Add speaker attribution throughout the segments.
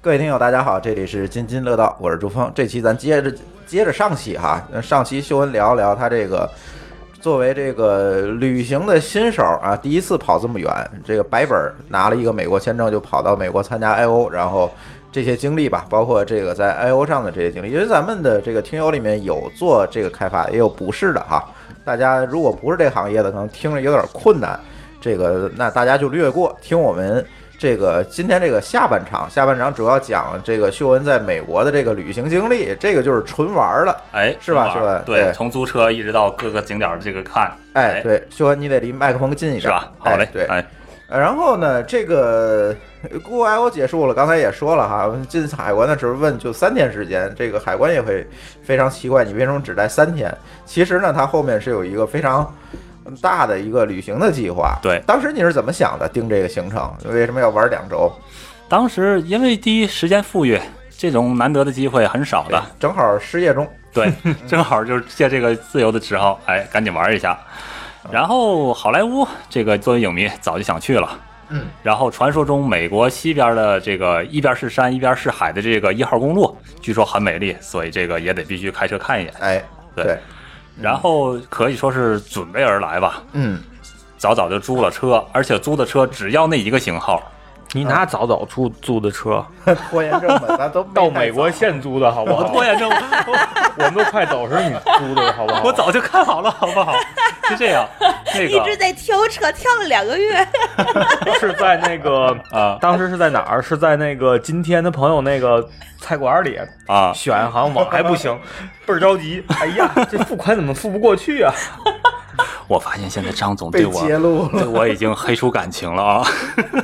Speaker 1: 各位听友，大家好，这里是津津乐道，我是朱峰。这期咱接着接着上期哈，那上期秀恩聊一聊他这个作为这个旅行的新手啊，第一次跑这么远，这个白本儿拿了一个美国签证就跑到美国参加 I O，然后这些经历吧，包括这个在 I O 上的这些经历，因为咱们的这个听友里面有做这个开发，也有不是的哈。大家如果不是这行业的，可能听着有点困难，这个那大家就略过，听我们。这个今天这个下半场，下半场主要讲这个秀恩在美国的这个旅行经历，这个就是纯玩儿了。
Speaker 2: 哎，
Speaker 1: 是吧
Speaker 2: 玩儿
Speaker 1: 是吧对
Speaker 2: 对，从租车一直到各个景点儿的这个看，
Speaker 1: 哎，，对，秀恩你得离麦克风近一点，
Speaker 2: 是吧？好嘞
Speaker 1: 哎，对，
Speaker 2: 哎，
Speaker 1: 呃然后呢，这个呃 Google I O 结束了，刚才也说了哈，进海关的时候问就三天时间，这个海关也会非常奇怪，你为什么只待三天？其实呢，它后面是有一个非常大的一个旅行的计划。
Speaker 2: 对
Speaker 1: 当时你是怎么想的？定这个行程，为什么要玩两周？
Speaker 2: 当时因为第一时间富裕，这种难得的机会很少的，
Speaker 1: 正好失业中，
Speaker 2: 对， 正好就是借这个自由的时候，哎，赶紧玩一下。
Speaker 1: 嗯
Speaker 2: 然后好莱坞这个作为影迷早就想去了，
Speaker 1: 嗯，
Speaker 2: 然后传说中美国西边的这个一边是山一边是海的这个一号公路，据说很美丽，所以这个也得必须开车看一眼。
Speaker 1: 哎，
Speaker 2: 对
Speaker 1: 对
Speaker 2: 然后可以说是准备而来吧，
Speaker 1: 嗯，
Speaker 2: 早早就租了车，而且租的车只要那一个型 号，
Speaker 3: 你哪早早租租的车
Speaker 1: 拖延症嘛，咱都没
Speaker 3: 到
Speaker 1: 太
Speaker 3: 美国
Speaker 1: 早
Speaker 3: 现租的好不好？
Speaker 2: 拖延症，
Speaker 3: 我们都快走时候你租的好不好？
Speaker 2: 我早就看好了，好不好？是这 样，那
Speaker 4: 一直
Speaker 2: 个
Speaker 4: 在挑车，挑了两个月。
Speaker 3: 是在那个呃
Speaker 2: 啊
Speaker 3: 当时是在哪儿？是在那个今天的朋友那个菜馆里
Speaker 2: 啊，
Speaker 3: 选，好像网还不行， 倍儿着急。哎呀，这付款怎么付不过去啊？
Speaker 2: 我发现现在张总对
Speaker 1: 被
Speaker 2: 我
Speaker 1: 揭露了。
Speaker 2: 对我已经黑出感情了 啊！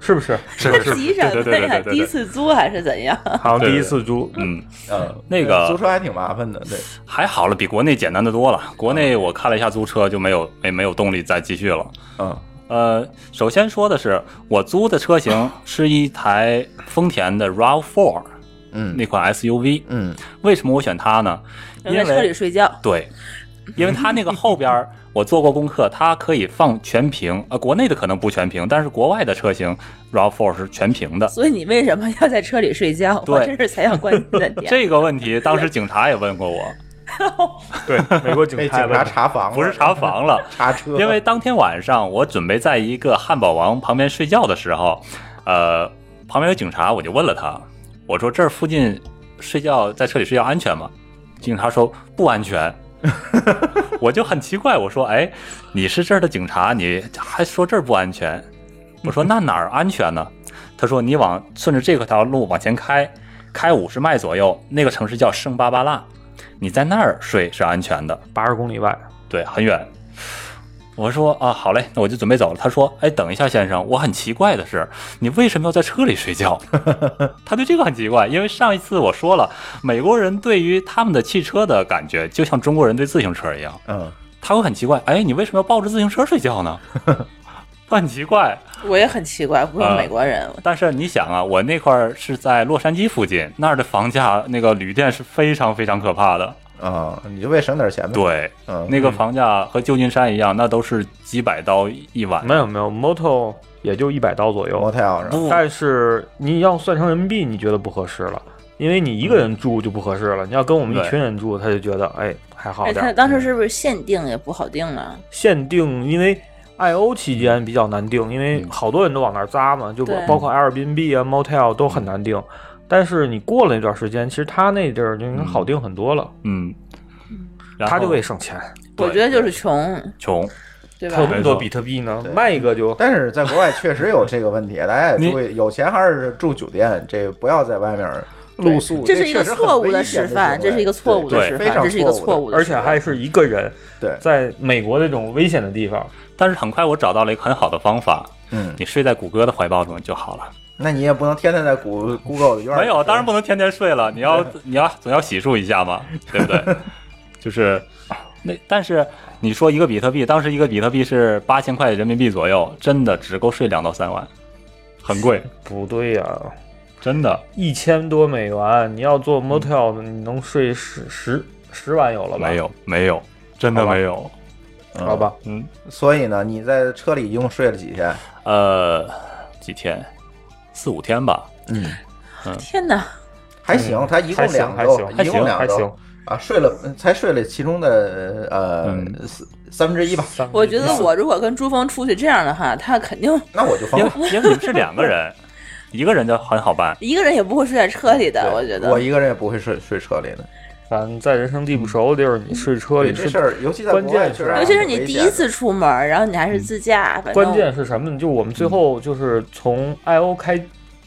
Speaker 3: 是不是？
Speaker 2: 是
Speaker 4: 他急什么
Speaker 2: 对对对对
Speaker 4: 呀
Speaker 2: 对？对
Speaker 4: 第一次租还是怎样？
Speaker 3: 好像第一次租，
Speaker 2: 嗯，
Speaker 3: 呃
Speaker 1: 嗯，
Speaker 2: 那
Speaker 1: 租
Speaker 2: 个
Speaker 1: 车还挺麻烦的，对，
Speaker 2: 还好了，比国内简单的多了。国内我看了一下租车，就没有没没有动力再继续了。
Speaker 1: 嗯
Speaker 2: 呃，首先说的是，我租的车型是一台丰田的 RAV4
Speaker 1: 嗯
Speaker 2: 那款 SUV。
Speaker 1: 嗯
Speaker 2: 为什么我选它呢？因
Speaker 4: 能在车里
Speaker 2: 为
Speaker 4: 睡觉，
Speaker 2: 对，因为它那个后边儿我做过功课，它可以放全屏。呃，国内的可能不全屏，但是国外的车型 RAV4 是全屏的。
Speaker 4: 所以你为什么要在车里睡觉？我
Speaker 2: 对
Speaker 4: 真是才想关心的 点。
Speaker 2: 这个问题当时警察也问过我，
Speaker 3: 对，美国警
Speaker 1: 被警
Speaker 3: 察
Speaker 1: 察查房了，
Speaker 2: 不是查房了，
Speaker 1: 查车，
Speaker 2: 因为当天晚上我准备在一个汉堡王旁边睡觉的时候，呃，旁边有警察，我就问了他，我说这儿附近睡觉在车里睡觉安全吗？警察说不安全。我就很奇怪，我说哎，你是这儿的警察，你还说这儿不安全？我说那哪儿安全呢？他说你往顺着这个条路往前开，开五十迈左右，那个城市叫圣巴巴拉，你在那儿睡是安全的。
Speaker 3: 八十公里外，
Speaker 2: 对，很远。我说啊，好嘞，那我就准备走了。他说，哎，等一下，先生，我很奇怪的是，你为什么要在车里睡觉？ 他对这个很奇怪，因为上一次我说了，美国人对于他们的汽车的感觉，就像中国人对自行车一样，
Speaker 1: 嗯，
Speaker 2: 他会很奇怪，哎，你为什么要抱着自行车睡觉呢？ 他很奇怪，
Speaker 4: 我也很奇怪，不是
Speaker 2: 啊
Speaker 4: 美国人，
Speaker 2: 但是你想啊，我那块儿是在洛杉矶附近，那儿的房价那个旅店是非常非常可怕的。
Speaker 1: 啊，你就为省点钱呗。，
Speaker 2: 对，
Speaker 1: 嗯，
Speaker 2: 那个房价和旧金山一样，那都是几百刀一晚。
Speaker 3: 没有没有，Moto 也就一百刀左右，
Speaker 1: motel 上，
Speaker 2: 不
Speaker 3: 但是你要算成人民币，你觉得不合适了，因为你一个人住就不合适了。
Speaker 2: 嗯
Speaker 3: 你要跟我们一群人住，他就觉得哎还好
Speaker 4: 哎，
Speaker 3: 点
Speaker 4: 他
Speaker 3: 儿。
Speaker 4: 当时是不是限定也不好定啊？
Speaker 3: 限定，因为 I O 期间比较难定，因为好多人都往那儿扎嘛，就包
Speaker 4: 对
Speaker 3: 包括 Airbnb 啊、Motel 都很难定。但是你过了那段时间，其实他那地儿就已经好定很多了，
Speaker 2: 嗯，然后
Speaker 3: 他就会省钱。
Speaker 4: 我觉得就是穷，
Speaker 2: 穷，
Speaker 4: 对
Speaker 3: 他有那
Speaker 4: 吧？
Speaker 3: 么多比特币呢，卖一个就
Speaker 1: 但是在国外确实有这个问题，大家也注意，有钱还是住酒店，这不要在外面露宿。
Speaker 4: 这是一个
Speaker 1: 确实很
Speaker 4: 错误
Speaker 1: 危
Speaker 4: 的
Speaker 1: 险
Speaker 4: 示范，这
Speaker 1: 行为
Speaker 4: 是一个错误的
Speaker 2: 对
Speaker 4: 示
Speaker 1: 非
Speaker 4: 范，
Speaker 1: 常
Speaker 4: 这是一个错
Speaker 1: 错
Speaker 4: 误
Speaker 1: 误
Speaker 4: 的
Speaker 3: 而
Speaker 4: 示
Speaker 3: 且
Speaker 4: 范，
Speaker 3: 还是一个人
Speaker 1: 对，
Speaker 3: 在美国这种危险的地方，
Speaker 2: 但是很快我找到了一个很好的方法，
Speaker 1: 嗯，
Speaker 2: 你睡在谷歌的怀抱中就好了。
Speaker 1: 那你也不能天天在谷 Google 的院儿
Speaker 2: 没有，当然不能天天睡了，你要你要总要洗漱一下嘛，对不对？ 就是那，但是你说一个比特币，当时一个比特币是八千块人民币左右，真的只够睡两到三晚，很 贵，
Speaker 3: 不对呀、
Speaker 2: 真的
Speaker 3: 一千多美元，你要做 motel，的你能睡十十十晚有了
Speaker 2: 嗯
Speaker 3: 吧？
Speaker 2: 没，有没有，真的
Speaker 3: 好吧
Speaker 2: 没有，
Speaker 3: 好。吧，
Speaker 2: 嗯，
Speaker 1: 所以呢，你在车里一共睡了几天？
Speaker 2: 呃，几天，四五天吧，
Speaker 1: 嗯
Speaker 4: 天哪！
Speaker 1: 还行，他一共
Speaker 3: 嗯还行
Speaker 1: 两
Speaker 3: 还
Speaker 1: 周，
Speaker 3: 行
Speaker 1: 一共两
Speaker 3: 还行
Speaker 1: 周啊，睡了嗯才睡了其中的呃
Speaker 2: 嗯
Speaker 1: 四三分之一吧。
Speaker 4: 我觉
Speaker 3: 嗯
Speaker 4: 得我如果跟朱峰出去这样的话，他肯定
Speaker 1: 那我就放
Speaker 3: 哦
Speaker 2: 因为
Speaker 1: 了。
Speaker 2: 因为你们是两个 人，一个人就很好办，
Speaker 4: 一个人也不会睡在车里的。我觉得
Speaker 1: 我一个人也不会睡睡车里的。
Speaker 3: 反正在人生地不熟的地儿，你睡车里
Speaker 1: 这
Speaker 3: 是
Speaker 1: 事儿，尤其在国
Speaker 3: 关
Speaker 1: 外，
Speaker 3: 键
Speaker 1: 确
Speaker 3: 是
Speaker 1: 实
Speaker 4: 尤其是你第一次出门，然后你还是自驾，反正
Speaker 3: 嗯关键是什么呢？就我们最后就是从 I O 开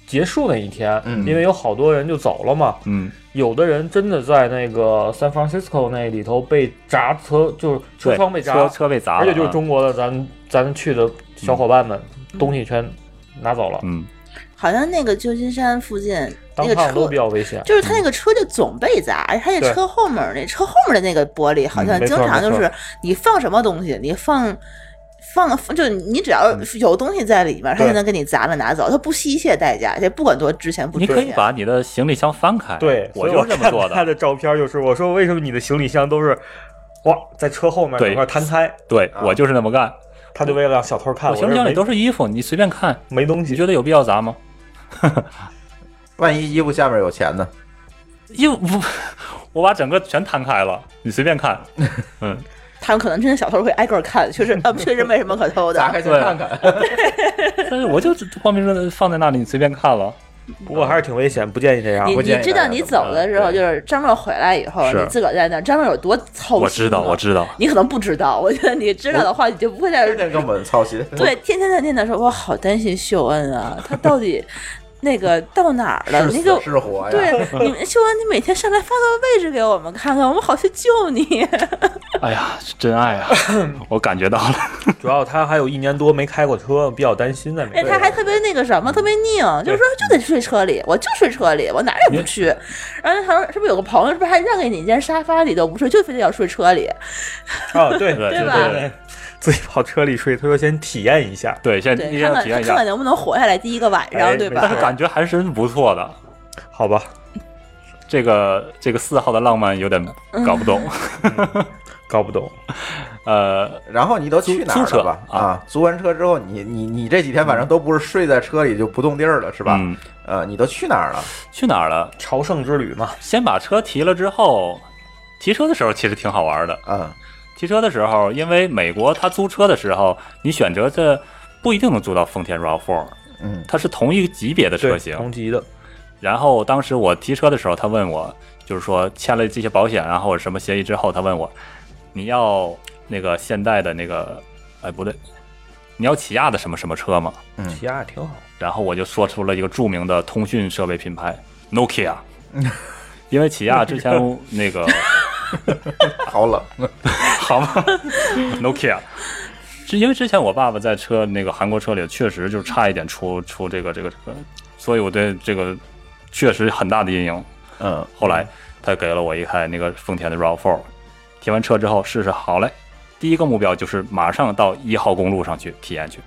Speaker 3: 结束那一天，
Speaker 1: 嗯
Speaker 3: 因为有好多人就走了嘛，
Speaker 2: 嗯，
Speaker 3: 有的人真的在那个 San Francisco 那里头被砸车，就是车
Speaker 2: 对，
Speaker 3: 窗被砸
Speaker 2: 车，车被砸了，嗯
Speaker 3: 而且就是中国的咱咱去的小伙伴们东西全拿走了，
Speaker 2: 嗯，
Speaker 4: 好像那个旧金山附近那
Speaker 3: 当
Speaker 4: 个
Speaker 3: 趟都
Speaker 4: 车
Speaker 3: 比。较危险。
Speaker 4: 就是他那个车就总被砸，而且他
Speaker 3: 对
Speaker 4: 那车后面儿那车后面的那个玻璃好像
Speaker 3: 嗯没
Speaker 4: 经
Speaker 3: 错
Speaker 4: 常就
Speaker 3: 没
Speaker 4: 是你放什么东西，你放放就你只要有东西在里面，他
Speaker 3: 对
Speaker 4: 就能给你砸了拿走，他不惜一切代价，也不管多值钱不值
Speaker 2: 你
Speaker 4: 钱。
Speaker 2: 可以把你的行李箱翻开，
Speaker 3: 对，
Speaker 2: 我
Speaker 3: 所以
Speaker 2: 就是这么
Speaker 3: 看
Speaker 2: 做的
Speaker 3: 他，的照片就是，我说为什么你的行李箱都是哇在车后面
Speaker 2: 对
Speaker 3: 整个摊开，
Speaker 2: 对
Speaker 1: 啊
Speaker 2: 我就是那么干。
Speaker 3: 他就为了让小偷看
Speaker 2: 我行李
Speaker 3: 这
Speaker 2: 箱里
Speaker 3: 没
Speaker 2: 都是衣服，你随便看，
Speaker 3: 没东
Speaker 2: 你
Speaker 3: 西，
Speaker 2: 觉得有必要砸吗？
Speaker 1: 万一衣服下面有钱呢？
Speaker 2: 衣服不，我把整个全摊开了，你随便 看。
Speaker 4: 他们可能真的小偷会挨个儿看，确实他们确实没什么可偷的。
Speaker 1: 开去
Speaker 2: 看
Speaker 1: 看。
Speaker 2: 但是我就光明正大地放在那里，你随便看了。
Speaker 3: 不过还是挺危险，不建议这样
Speaker 4: 你。
Speaker 1: 不
Speaker 4: 你
Speaker 1: 建议
Speaker 4: 知
Speaker 1: 大
Speaker 4: 道
Speaker 1: 家
Speaker 4: 你
Speaker 1: 这么
Speaker 4: 走的时候，
Speaker 1: 对
Speaker 4: 就是张乐回来以后，
Speaker 2: 是
Speaker 4: 你自个儿在那儿，张乐有多操心。
Speaker 2: 我知道，我知 道，
Speaker 4: 你可能不知道，我觉得你知道的话，你就不会在这
Speaker 1: 天天根本操心。
Speaker 4: 对，天天在念叨说，我好担心秀恩啊，他到底那个到哪儿了？
Speaker 1: 是
Speaker 4: 那个
Speaker 1: 死是活呀？
Speaker 4: 对，你们秀恩，你每天上来发个位置给我们看看，我们好去救你。
Speaker 2: 哎呀，是真爱 啊！我感觉到了，
Speaker 3: 主要他还有一年多没开过车，比较担心在美
Speaker 4: 而且他
Speaker 3: 国。
Speaker 4: 还特别那个什么，特别拧，就是说就得睡车里，我就睡车里，我哪儿也不去。然后他说，是不是有个朋友，是不是还让给你一间沙发里都不睡，就非得要睡车里？
Speaker 3: 啊，对
Speaker 2: 对
Speaker 4: 对吧
Speaker 3: 对，自己跑车里睡，他说先体验一下。
Speaker 2: 对，现在一
Speaker 4: 对，
Speaker 2: 定
Speaker 4: 看
Speaker 2: 要
Speaker 4: 看
Speaker 2: 体验一
Speaker 4: 看
Speaker 2: 下
Speaker 4: 看，能不能活下来第一个晚
Speaker 3: 哎
Speaker 4: 上，对
Speaker 3: 没
Speaker 4: 吧
Speaker 2: 但？是感觉还是真不错的。
Speaker 3: 好吧，
Speaker 2: 这个这个四号的浪漫有点搞不懂，
Speaker 3: 搞不懂，嗯
Speaker 2: 呃，
Speaker 1: 然后你都去哪儿
Speaker 2: 租车
Speaker 1: 了吧？
Speaker 2: 啊
Speaker 1: 啊，租完车之后，你你你这几天
Speaker 3: 嗯
Speaker 1: 反正都不是睡在车里就不动地儿了，是吧？
Speaker 2: 嗯，
Speaker 1: 呃，你都去哪儿了？
Speaker 2: 去哪儿了？
Speaker 3: 朝圣之旅嘛，
Speaker 2: 先把车提了之后，提车的时候其实挺好玩的。
Speaker 1: 嗯，
Speaker 2: 提车的时候，因为美国它租车的时候，你选择的不一定能租到丰田 RAV4，
Speaker 1: 嗯，
Speaker 2: 它是同一级别的车
Speaker 3: 对，
Speaker 2: 型。
Speaker 3: 同级的，
Speaker 2: 然后当时我提车的时候，他问我，就是说签了这些保险，然后什么协议之后，他问我，你要那个现代的那个，哎不对，你要起亚的什么什么车吗？
Speaker 3: 起亚挺好。
Speaker 2: 然后我就说出了一个著名的通讯设备品牌 Nokia，因为起亚之前那个
Speaker 1: 好冷。
Speaker 3: 嗯
Speaker 2: 好吗？Nokia。是因为之前我爸爸在车那个韩国车里，确实就差一点出出这个这个这个，所以我对这个确实很大的阴影。
Speaker 1: 嗯，
Speaker 2: 后来他给了我一台那个丰田的 RAV4，提完车之后试试，好嘞。第一个目标就是马上到一号公路上去体验去。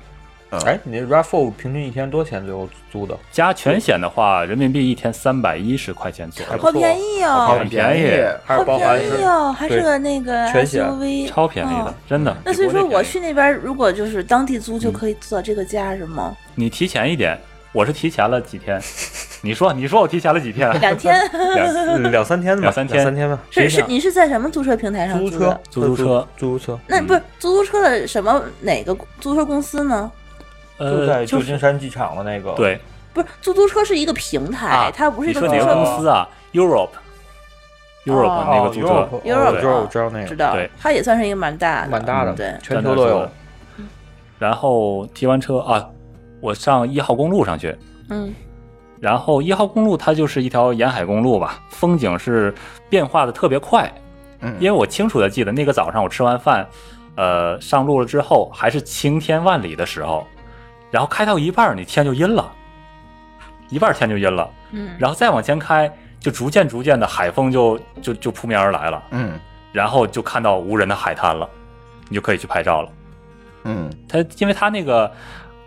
Speaker 3: 哎，你那 RAV4 平均一天多少钱？最后租的？
Speaker 2: 加全险的话，人民币一天三百一十块钱左
Speaker 3: 还
Speaker 2: 右，
Speaker 3: 不
Speaker 4: 好
Speaker 3: 错
Speaker 4: 便宜哦，
Speaker 2: 很便宜，
Speaker 3: 还是包含
Speaker 4: 便
Speaker 3: 是
Speaker 4: 宜哦，还是个那个
Speaker 3: 全险
Speaker 4: SUV，
Speaker 2: 超便宜
Speaker 4: 哦
Speaker 2: 的，真的。
Speaker 4: 那所以
Speaker 2: 比国嗯内便宜
Speaker 4: 说，我去那边如果就是当地租，就可以做到这个价是吗？
Speaker 2: 你提前一点，我是提前了几天，你说你说我提前了几天？啊
Speaker 4: 两天
Speaker 2: 两
Speaker 3: 嗯两三天吧，
Speaker 2: 两三天
Speaker 3: 两三天吧。
Speaker 4: 是
Speaker 2: 谁
Speaker 4: 啊是
Speaker 2: 想
Speaker 4: 你是在什么租车平台上
Speaker 3: 出租
Speaker 2: 出租
Speaker 3: 车
Speaker 4: 租的？，
Speaker 2: 车，嗯
Speaker 3: 出租车，
Speaker 4: 那不是出租车的什么哪个出租车公司呢？
Speaker 3: 就在
Speaker 2: 呃，
Speaker 3: 旧
Speaker 2: 就
Speaker 3: 金
Speaker 2: 是
Speaker 3: 山机场的那个。，
Speaker 2: 对
Speaker 4: 不是出租车是一个平
Speaker 2: 啊
Speaker 4: 台，，它不是一
Speaker 2: 你
Speaker 4: 个
Speaker 2: 说
Speaker 4: 租
Speaker 2: 哪
Speaker 4: 车
Speaker 2: 个
Speaker 4: 公
Speaker 2: 公
Speaker 4: 司。
Speaker 2: 司啊？Europe，Europe
Speaker 4: 哦
Speaker 2: 那个租车，
Speaker 4: Europe
Speaker 3: 我知
Speaker 2: 啊
Speaker 3: 道，我知道那个，
Speaker 4: 知
Speaker 3: 嗯
Speaker 4: 道
Speaker 2: 对，
Speaker 4: 它也算是一个蛮大的，嗯
Speaker 3: 蛮大的，
Speaker 4: 对，
Speaker 3: 全球都有。
Speaker 2: 然后提完车啊，我上一号公路上去，
Speaker 4: 嗯，
Speaker 2: 然后一号公路它就是一条沿海公路吧，风景是变化的特别快。
Speaker 1: 嗯
Speaker 2: 因为我清楚的记得那个早上我吃完饭，呃，上路了之后还是晴天万里的时候，然后开到一半儿你天就阴了，一半儿天就阴了，
Speaker 4: 嗯
Speaker 2: 然后再往前开就逐渐逐渐的海风就就就扑面而来了，
Speaker 1: 嗯
Speaker 2: 然后就看到无人的海滩了，你就可以去拍照了。
Speaker 1: 嗯
Speaker 2: 它因为它那个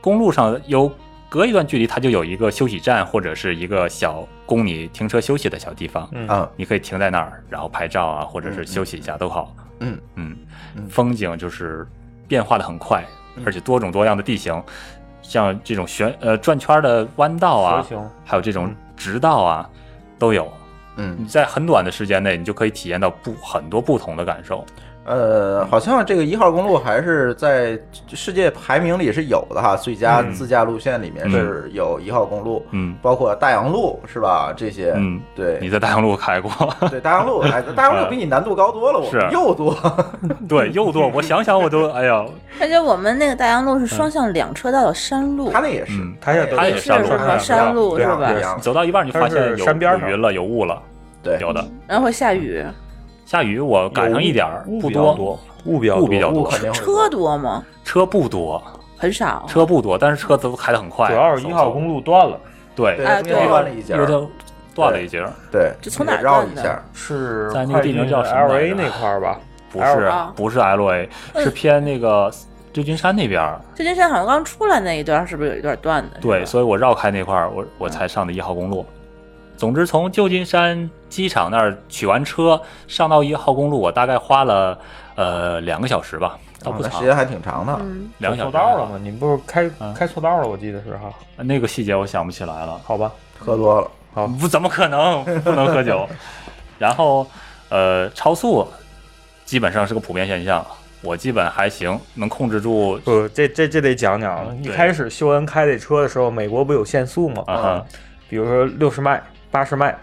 Speaker 2: 公路上有隔一段距离，它就有一个休息站或者是一个小供你停车休息的小地方，
Speaker 3: 嗯
Speaker 1: 啊
Speaker 2: 你可以停在那儿，然后拍照啊，或者是休息一下都好。
Speaker 1: 嗯
Speaker 2: 嗯
Speaker 1: 嗯
Speaker 2: 风景就是变化的很快，而且多种多样的地形，像这种旋呃转圈的弯道啊
Speaker 3: 蛇形，
Speaker 2: 还有这种直道啊，都有。你
Speaker 1: 嗯，
Speaker 2: 在很短的时间内，你就可以体验到不很多不同的感受。
Speaker 1: 呃，好像这个一号公路还是在世界排名里是有的哈，最佳
Speaker 3: 嗯
Speaker 1: 自驾路线里面是有一号公路，
Speaker 2: 嗯
Speaker 1: 包括大洋路是吧？这些，
Speaker 2: 嗯，你
Speaker 1: 对
Speaker 2: 在大洋路开过，
Speaker 1: 对，大洋路，哎，大洋路比你难度高多了，我
Speaker 2: 是
Speaker 1: 又多，
Speaker 2: 对，又多，我想想我都，哎呀，
Speaker 4: 而且我们那个大洋路是双向两车道的山路
Speaker 1: 他，那也是
Speaker 2: 嗯，
Speaker 3: 它也
Speaker 1: 它
Speaker 2: 它
Speaker 1: 也
Speaker 2: 也
Speaker 4: 是
Speaker 2: 山路，
Speaker 3: 上
Speaker 4: 和
Speaker 3: 山
Speaker 4: 山路
Speaker 1: 对
Speaker 4: 是
Speaker 1: 啊
Speaker 4: 吧
Speaker 1: 对？啊
Speaker 2: 走到一半你就发
Speaker 3: 它
Speaker 2: 现有
Speaker 3: 是山边
Speaker 2: 有
Speaker 3: 上
Speaker 2: 云了，有雾了，
Speaker 1: 对，
Speaker 2: 有的。
Speaker 4: 然后会下雨，
Speaker 2: 下雨我赶上一点儿，
Speaker 3: 雾
Speaker 2: 不
Speaker 3: 比较
Speaker 2: 多，
Speaker 3: 雾比较
Speaker 2: 雾比较
Speaker 1: 雾
Speaker 2: 多，
Speaker 1: 啊肯定会
Speaker 4: 车多吗？
Speaker 2: 车不多，
Speaker 4: 很少，
Speaker 2: 车不多，但是车都开得很快。
Speaker 3: 哦主要是一号公路断了，
Speaker 2: 对
Speaker 1: 对，
Speaker 4: 啊
Speaker 1: 中
Speaker 4: 对
Speaker 1: 间断了一截儿
Speaker 2: 有，点断了一截儿，
Speaker 1: 对，
Speaker 4: 这从哪儿
Speaker 1: 绕
Speaker 4: 断
Speaker 1: 一
Speaker 4: 的
Speaker 1: 下？
Speaker 3: 是
Speaker 2: 在那个地名叫什么
Speaker 3: L
Speaker 2: 来
Speaker 3: A
Speaker 2: 着
Speaker 3: 那块儿吧？
Speaker 2: 不是
Speaker 4: L
Speaker 2: 不是 L A，是
Speaker 3: 嗯
Speaker 2: 偏那个旧金山那边儿。
Speaker 4: 旧金山好像刚出来那一段，是不是有一段断的？
Speaker 2: 对，
Speaker 4: 是吧
Speaker 2: 所以我绕开那块儿，我我才上的一号公路。总之，从旧金山机场那儿取完车，上到一号公路，我大概花了呃两个小时吧，倒
Speaker 1: 哦
Speaker 2: 不
Speaker 1: 那
Speaker 2: 长
Speaker 1: 时，间还挺长的，
Speaker 4: 嗯，
Speaker 2: 两个小
Speaker 3: 错
Speaker 2: 时。
Speaker 3: 道了吗？你不是开
Speaker 2: 啊
Speaker 3: 开错道了？我记得是哈，
Speaker 2: 那个细节我想不起来了，
Speaker 3: 好吧，
Speaker 1: 喝多了，
Speaker 2: 不怎么可能不能喝酒。然后，呃，超速基本上是个普遍现象，我基本还行，能控制住
Speaker 3: 不，这这这得讲讲啊。一
Speaker 2: 嗯对
Speaker 3: 开始秀恩开这车的时候，美国不有限速吗？
Speaker 2: 啊哈，嗯
Speaker 3: 比如说六十迈、八十迈，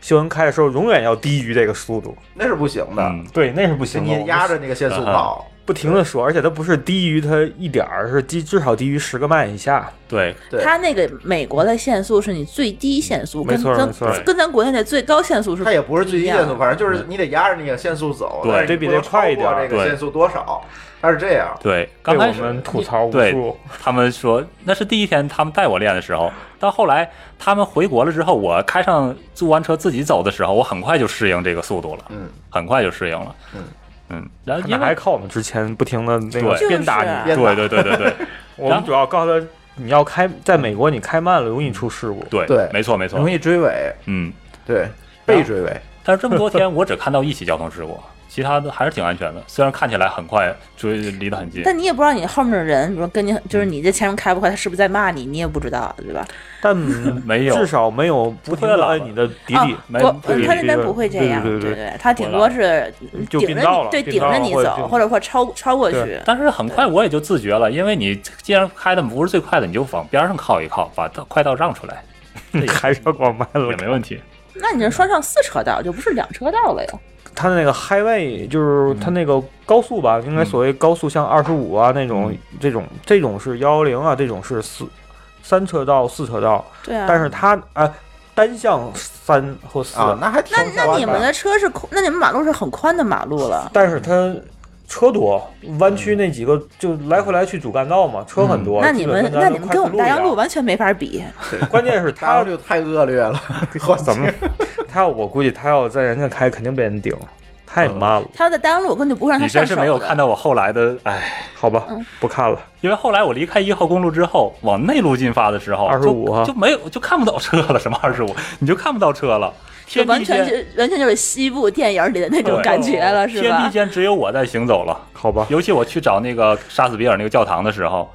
Speaker 3: 秀恩开的时候永远要低于这个速度。
Speaker 1: 那是不行的，
Speaker 2: 嗯，
Speaker 3: 对，那是不行的。
Speaker 1: 你压着那个限速跑，
Speaker 3: 不停的说，而且它不是低于它一点儿，是低至少低于十个迈以下。
Speaker 2: 对，
Speaker 1: 对
Speaker 4: 它那个美国的限速是你最低限速，
Speaker 3: 没
Speaker 4: 跟
Speaker 3: 错没
Speaker 4: 跟
Speaker 3: 错
Speaker 4: 跟咱国内的最高限速是
Speaker 1: 它也不是最低限速，
Speaker 4: 不一样
Speaker 1: 反正就是你得压着那个限速走，
Speaker 2: 嗯对
Speaker 1: 但是你
Speaker 3: 得比
Speaker 1: 不能
Speaker 3: 这快一点
Speaker 1: 超过这个
Speaker 2: 对
Speaker 1: 限速多少？它是这样，
Speaker 2: 对，
Speaker 3: 被
Speaker 2: 刚
Speaker 3: 我
Speaker 2: 开始
Speaker 3: 们吐槽无
Speaker 2: 对
Speaker 3: 数。
Speaker 2: 他们说那是第一天他们带我练的时候，到后来他们回国了之后，我开上租完车自己走的时候，我很快就适应这个速度了，
Speaker 1: 嗯，
Speaker 2: 很快就适应了。
Speaker 1: 嗯
Speaker 2: 嗯，然后
Speaker 3: 那
Speaker 2: 因
Speaker 3: 还
Speaker 2: 为
Speaker 3: 靠我们之前不停的那
Speaker 2: 对
Speaker 3: 个鞭打
Speaker 4: 就是啊
Speaker 3: 你，
Speaker 1: 边
Speaker 2: 对
Speaker 1: 打
Speaker 2: 对对对对
Speaker 3: 我们主要告诉他你要开，在美国你开慢了容易出事故。
Speaker 2: 对
Speaker 1: 对
Speaker 2: 没错没错
Speaker 1: 容，易追尾，
Speaker 2: 嗯。
Speaker 1: 对，被追尾，
Speaker 2: 但是这么多天，我只看到一起交通事故，其他的还是挺安全的。虽然看起来很快，追离得很近，
Speaker 4: 但你也不知道你后面的人，比如说跟你就是你这前面开不快，他是不是在骂
Speaker 3: 嗯
Speaker 4: 你，你也不知道，对吧？
Speaker 3: 但
Speaker 2: 没有啊
Speaker 3: 至少没有不停的摁你的底底。
Speaker 2: 没
Speaker 4: 啊国
Speaker 2: 不理
Speaker 4: 他那边不会这样，
Speaker 3: 对对
Speaker 4: 对
Speaker 3: 对
Speaker 4: 对，他顶多是
Speaker 3: 就
Speaker 4: 顶
Speaker 3: 并
Speaker 4: 着
Speaker 3: 道
Speaker 4: 你，
Speaker 3: 了
Speaker 4: 对，
Speaker 3: 并
Speaker 4: 顶
Speaker 3: 道
Speaker 4: 着
Speaker 3: 了
Speaker 4: 你
Speaker 3: 或者
Speaker 4: 走，
Speaker 3: 并
Speaker 4: 或者或者超超过
Speaker 3: 对
Speaker 4: 去。
Speaker 2: 但是很快我也就自觉了，因为你既然开的不是最快的，你就往边上靠一靠，把道快道让出来，这也
Speaker 3: 还是要管慢
Speaker 2: 也
Speaker 3: 了。
Speaker 2: 没问题。
Speaker 4: 那你这双向四车道就不是两车道了又。
Speaker 3: 它那个 highway 就是它那个高速吧，
Speaker 2: 嗯
Speaker 3: 应该所谓高速像二十五啊那种，这种这种是幺幺零啊，这种是四三车道、四车道，
Speaker 4: 对
Speaker 2: 嗯
Speaker 4: 啊。
Speaker 3: 但是它呃单向三或四，
Speaker 1: 啊，那还挺
Speaker 4: 那
Speaker 1: 宽
Speaker 4: 那你们
Speaker 1: 的
Speaker 4: 的车是空，那你们马路是很宽的马路了。
Speaker 3: 但是它车多，弯曲那几个就来回来去主干道
Speaker 2: 嗯
Speaker 3: 嘛，车很多。
Speaker 4: 那你
Speaker 3: 基
Speaker 4: 们
Speaker 3: 本上
Speaker 4: 那你们跟我们大洋路
Speaker 3: 吧，
Speaker 4: 完全没法比，
Speaker 3: 关键是
Speaker 1: 大
Speaker 3: 他
Speaker 1: 洋路太恶劣了，我
Speaker 3: 怎么 他我估计他要在人家开肯定被人顶，太
Speaker 2: 嗯
Speaker 3: 慢了，
Speaker 4: 他要在大洋路我根本就不会让他
Speaker 2: 你
Speaker 4: 上
Speaker 2: 真
Speaker 4: 手
Speaker 2: 是
Speaker 4: 的。
Speaker 2: 没有看到我后来的，哎，
Speaker 3: 好吧，
Speaker 4: 嗯
Speaker 3: 不看了。
Speaker 2: 因为后来我离开一号公路之后，往内陆进发的时候，
Speaker 3: 25
Speaker 2: 就
Speaker 3: 啊
Speaker 2: 就没有就看不到车了，什么二十五，你就看不到车了，
Speaker 4: 就
Speaker 2: 天
Speaker 4: 完
Speaker 2: 地
Speaker 4: 全
Speaker 2: 间
Speaker 4: 是完全就是西部电影里的那种
Speaker 2: 对
Speaker 4: 感觉了，是
Speaker 2: 天地
Speaker 4: 吧？
Speaker 2: 间只有我在行走了。
Speaker 3: 好吧，
Speaker 2: 尤其我去找那个杀死比尔那个教堂的时候，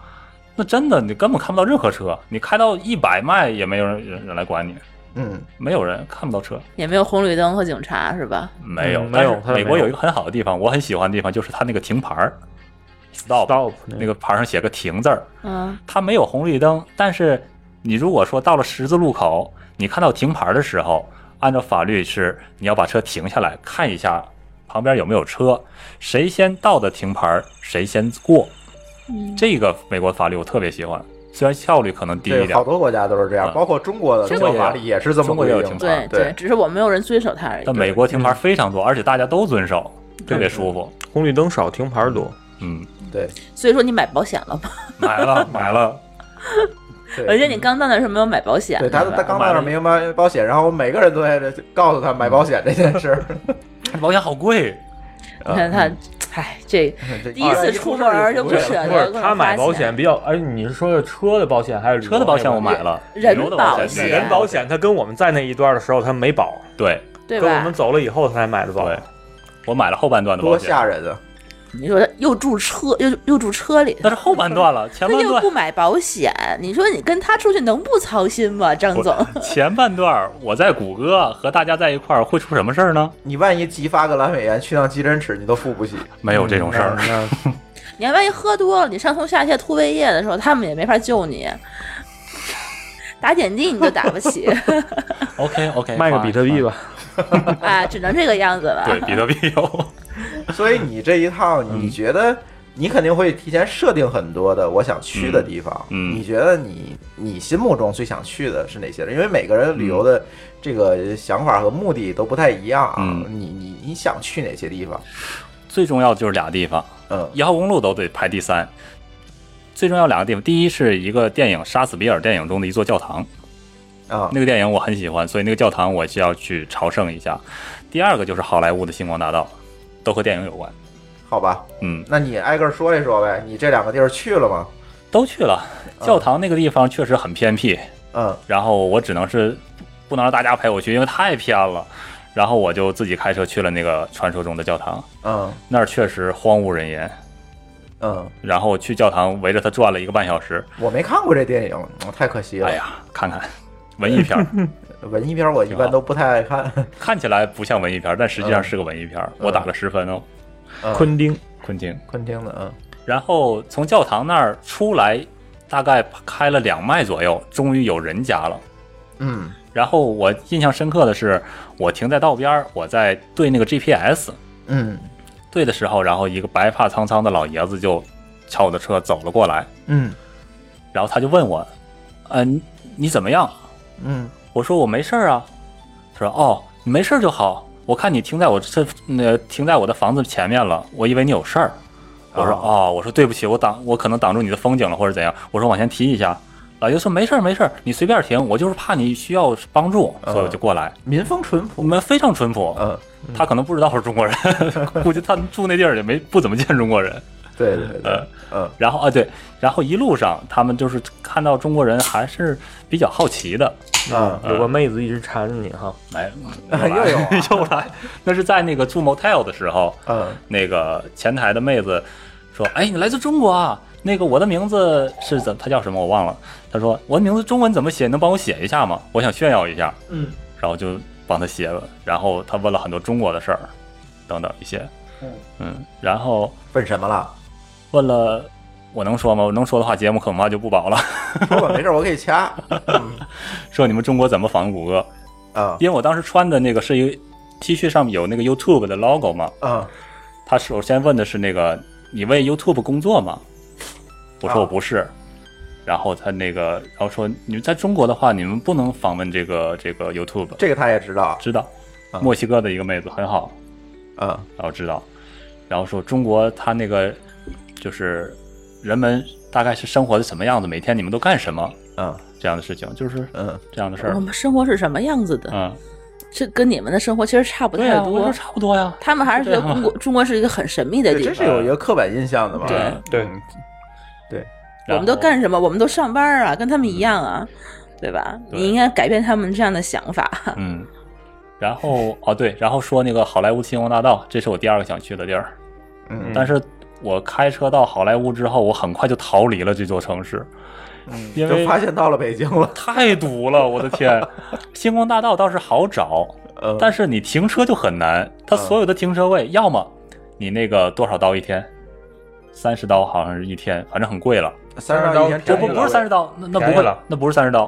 Speaker 2: 那真的你根本看不到任何车，你开到一百迈也没有人人人来管你，
Speaker 1: 嗯，
Speaker 2: 没有人看不到车，
Speaker 4: 也没有红绿灯和警察是吧？
Speaker 2: 没有。
Speaker 3: 嗯
Speaker 2: 但是
Speaker 3: 没有它
Speaker 2: 美
Speaker 3: 没
Speaker 2: 国
Speaker 3: 有
Speaker 2: 有一个很好的地方，我很喜欢的地方就是它那个停牌儿，stop
Speaker 3: stop
Speaker 2: 那个牌儿上写个停字儿，
Speaker 4: 嗯，
Speaker 2: 它没有红绿灯，但是你如果说到了十字路口，你看到停牌的时候，按照法律是你要把车停下来看一下旁边有没有车，谁先到的停牌谁先过。这个美国法律我特别喜欢，虽然效率可能低一
Speaker 1: 这
Speaker 2: 点
Speaker 1: 好，多国家都是这样，
Speaker 2: 嗯
Speaker 1: 包括中国的
Speaker 2: 中
Speaker 1: 中
Speaker 2: 国
Speaker 1: 国
Speaker 2: 也有
Speaker 1: 法律也是这么
Speaker 2: 中国
Speaker 1: 规
Speaker 2: 也有
Speaker 1: 定
Speaker 2: 停
Speaker 1: 的。
Speaker 2: 牌
Speaker 4: 对
Speaker 2: 儿，
Speaker 1: 对
Speaker 4: 只是我没有人遵守它而已。
Speaker 2: 但美国停牌非常多，而且大家都遵守，特别舒服。
Speaker 3: 红绿灯少，停牌儿多。
Speaker 2: 嗯，
Speaker 1: 对
Speaker 4: 所以说你买保险了吗？
Speaker 2: 买了买了，
Speaker 1: 对，
Speaker 4: 而且你刚到那时候没有买保险，
Speaker 1: 对他
Speaker 4: 是吧
Speaker 1: 他刚到那儿没买保险，然后我每个人都在这告诉他买保险这件事 儿。
Speaker 2: 保险好贵。
Speaker 4: 你看他，
Speaker 2: 嗯
Speaker 4: 哎，这
Speaker 1: 这
Speaker 4: 第一次出门儿就不舍
Speaker 3: 不
Speaker 4: 得
Speaker 3: 是
Speaker 4: 各种
Speaker 3: 他买
Speaker 4: 花
Speaker 3: 保
Speaker 4: 钱
Speaker 3: 险比较，哎，你是说的车的保险还是旅游
Speaker 2: 车的保险
Speaker 3: 那
Speaker 2: 我
Speaker 3: 个
Speaker 2: 买了，
Speaker 4: 人
Speaker 2: 旅游的保
Speaker 4: 保
Speaker 2: 险
Speaker 4: 险
Speaker 2: 没
Speaker 3: 人保险他跟我们在那一段的时候他没保，
Speaker 2: 对
Speaker 4: 对
Speaker 3: 跟我
Speaker 4: 吧
Speaker 3: 们？走了以后他才买的保
Speaker 2: 对。，我买了后半段的保
Speaker 1: 多
Speaker 2: 险，
Speaker 1: 吓人啊！
Speaker 4: 你说又住车又又住车里，
Speaker 2: 但是后半段了，前
Speaker 4: 他
Speaker 2: 半
Speaker 4: 又
Speaker 2: 段
Speaker 4: 不买保险，你说你跟他出去能不操心吗？张总，
Speaker 2: 前半段儿我在谷歌和大家在一块儿会出什么事儿呢？
Speaker 1: 你万一急发个阑尾炎去趟急诊室，你都付不起。
Speaker 2: 没有这种事儿，
Speaker 3: 嗯那
Speaker 4: 你要万一喝多了，你上吐下泻吐胃液的时候，他们也没法救你。 打点滴你就打不起，
Speaker 2: OK OK，
Speaker 3: 那卖个比特币。吧，
Speaker 4: 哎，只能这个样子了。
Speaker 2: 对，比特币 有，
Speaker 1: 所以你这一趟，
Speaker 2: 嗯
Speaker 1: 你觉得你肯定会提前设定很多的我想去的地方。
Speaker 2: 嗯嗯
Speaker 1: 你觉得你你心目中最想去的是哪些？因为每个人旅游的这个想法和目的都不太一样啊。
Speaker 2: 嗯
Speaker 1: 你你你想去哪些地方？
Speaker 2: 最重要就是俩地方，
Speaker 1: 嗯
Speaker 2: 一号公路都得排第三。最重要两个地方，第一是一个电影《杀死比尔》电影中的一座教堂，
Speaker 1: 啊
Speaker 2: 那个电影我很喜欢，所以那个教堂我需要去朝圣一下。第二个就是好莱坞的星光大道，都和电影有关。
Speaker 1: 好吧，
Speaker 2: 嗯，
Speaker 1: 那你挨个说一说呗。你这两个地儿去了吗？
Speaker 2: 都去了。
Speaker 3: 嗯
Speaker 2: 教堂那个地方确实很偏僻，
Speaker 1: 嗯，
Speaker 2: 然后我只能是不能让大家陪我去，因为太偏了。然后我就自己开车去了那个传说中的教堂，
Speaker 1: 嗯
Speaker 2: 那儿确实荒无人烟。
Speaker 1: 嗯，
Speaker 2: 然后去教堂围着它转了一个半小时，
Speaker 1: 我没看过这电影，嗯太可惜了。
Speaker 2: 哎呀，看看文艺片儿，
Speaker 1: 文艺片我一般都不太爱看。
Speaker 2: 看起来不像文艺片儿，但实际上
Speaker 1: 嗯
Speaker 2: 是个文艺片儿。我打了十分哦，
Speaker 1: 嗯、
Speaker 3: 昆汀
Speaker 2: 昆汀。
Speaker 1: 昆汀的，嗯
Speaker 2: 然后从教堂那儿出来，大概开了两迈左右，终于有人家了。
Speaker 1: 嗯
Speaker 2: 然后我印象深刻的是，我停在道边儿，我在对那个 GPS，
Speaker 1: 嗯
Speaker 2: 对的时候，然后一个白发苍苍的老爷子就朝我的车走了过来，
Speaker 1: 嗯
Speaker 2: 然后他就问我：“嗯、你怎么样
Speaker 1: 嗯，？”
Speaker 2: 我说：“我没事儿啊。”他说：“哦，你没事儿就好。我看你停在我车那、停在我的房子前面了，我以为你有事儿。”我说：“哦，我说对不起，我挡我可能挡住你的风景了，或者怎样。”我说：“往前提一下。”老爷子说：“没事儿，没事儿，你随便停，我就是怕你需要帮助，所以我就过来。
Speaker 1: 民风淳
Speaker 2: 我
Speaker 1: 朴，
Speaker 2: 们非常淳朴，
Speaker 1: 嗯，
Speaker 2: 他可能不知道是中国人， 估计他住那地儿也没不怎么见中国人。
Speaker 1: 对对
Speaker 2: 呃
Speaker 1: 对，嗯
Speaker 2: 然后啊，对，然后一路上他们就是看到中国人还是比较好奇的。
Speaker 1: 啊，
Speaker 3: 有个妹子一直缠着你哈，
Speaker 2: 哎，
Speaker 1: 又有啊
Speaker 2: 又来，那是在那个住 motel 的时候，
Speaker 1: 嗯
Speaker 2: 那个前台的妹子说：“哎，你来自中国啊？那个我的名字是怎？她叫什么我忘了。”她说：“我的名字中文怎么写？能帮我写一下吗？我想炫耀一下。”
Speaker 1: 嗯，
Speaker 2: 然后就帮她写了，然后她问了很多中国的事儿，等等一些。嗯，然后
Speaker 1: 问什么了？
Speaker 2: 问了，我能说吗？我能说的话，节目恐怕就不保了。
Speaker 1: 说吧，没事，我可以掐。 嗯
Speaker 2: 说你们中国怎么仿谷歌？
Speaker 1: 啊
Speaker 2: 因为我当时穿的那个是一个 T 恤，上面有那个 YouTube 的 logo 嘛。
Speaker 1: 啊
Speaker 2: 他首先问的是那个你为 YouTube 工作吗？我
Speaker 1: 啊
Speaker 2: 说我不是。然后他那个，然后说你们在中国的话，你们不能访问这个这个 YouTube，
Speaker 1: 这个他也知道
Speaker 2: 知道
Speaker 1: 啊？
Speaker 2: 墨西哥的一个妹子很好，
Speaker 1: 啊，
Speaker 2: 然后知道，然后说中国他那个就是人们大概是生活的什么样子，每天你们都干什么
Speaker 1: 嗯
Speaker 2: 这样的事情，就是
Speaker 1: 嗯
Speaker 2: 这样的事儿
Speaker 4: 我。们生活是什么样子的？
Speaker 2: 嗯，
Speaker 4: 这跟你们的生活其实差不
Speaker 2: 对
Speaker 4: 太
Speaker 2: 呀，我
Speaker 4: 多。
Speaker 2: 说差不多呀。
Speaker 4: 他们还是觉得中国中国是一个很神秘的
Speaker 1: 对，
Speaker 4: 地
Speaker 1: 这是
Speaker 4: 方。
Speaker 1: 有一个刻板印象的嘛。
Speaker 4: 对
Speaker 2: 嗯
Speaker 3: 对
Speaker 1: 对，
Speaker 4: 我们都干什么？我们都上班啊，跟他们一样啊，对吧？
Speaker 2: 对
Speaker 4: 你应该改变他们这样的想法。
Speaker 2: 嗯，然后哦对，然后说那个好莱坞星光大道，这是我第二个想去的地儿，
Speaker 1: 嗯
Speaker 2: 但是我开车到好莱坞之后，我很快就逃离了这座城市，因
Speaker 1: 嗯就
Speaker 2: 为
Speaker 1: 发现到了北京了。
Speaker 2: 太堵了，我 的天！星光大道倒是好找，
Speaker 1: 呃，
Speaker 2: 但是你停车就很难。它所有的停车位，要么你那个多少刀一天，三十刀好像是一天，反正很贵了。
Speaker 1: 三十刀一天
Speaker 2: 这
Speaker 1: 占
Speaker 2: 不
Speaker 1: 一个
Speaker 2: 不是三十刀，那那不
Speaker 3: 便宜
Speaker 2: 会
Speaker 3: 了，
Speaker 2: 那不是三十刀，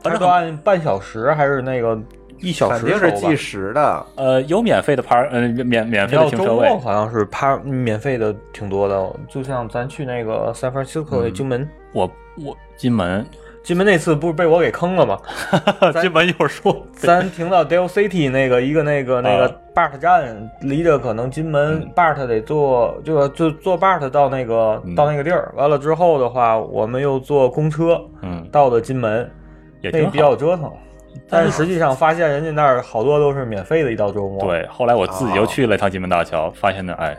Speaker 3: 他
Speaker 2: 反
Speaker 3: 都
Speaker 2: 正很
Speaker 3: 按半小时还是那个一小
Speaker 1: 肯
Speaker 3: 时
Speaker 1: 定
Speaker 3: 收
Speaker 1: 是
Speaker 3: 吧
Speaker 1: 计时的。
Speaker 2: 呃有免费的牌，呃免免费
Speaker 3: 然
Speaker 2: 的
Speaker 3: 后
Speaker 2: 停
Speaker 3: 周
Speaker 2: 车位
Speaker 3: 末，好像是趴免费的挺多的，就像咱去那个 San Francisco 的金门，
Speaker 2: 我我金门，
Speaker 3: 金门那次不是被我给坑了吗？
Speaker 2: 金门一会儿说，
Speaker 3: 咱停到 Dale City 那个一个那个那
Speaker 2: 啊
Speaker 3: 个 BART 站，离着可能金门 BART 得坐，就就坐 BART 到那个
Speaker 2: 嗯
Speaker 3: 到那个地儿。完了之后的话，我们又坐公车
Speaker 2: 嗯，
Speaker 3: 到的金门，
Speaker 2: 也
Speaker 3: 那
Speaker 2: 挺
Speaker 3: 个比
Speaker 2: 好。
Speaker 3: 较折腾。但是实际上发现人家那儿好多都是免费的，一到周末。，
Speaker 2: 对，后来我自己又去了一趟金门大桥，发现呢，哎，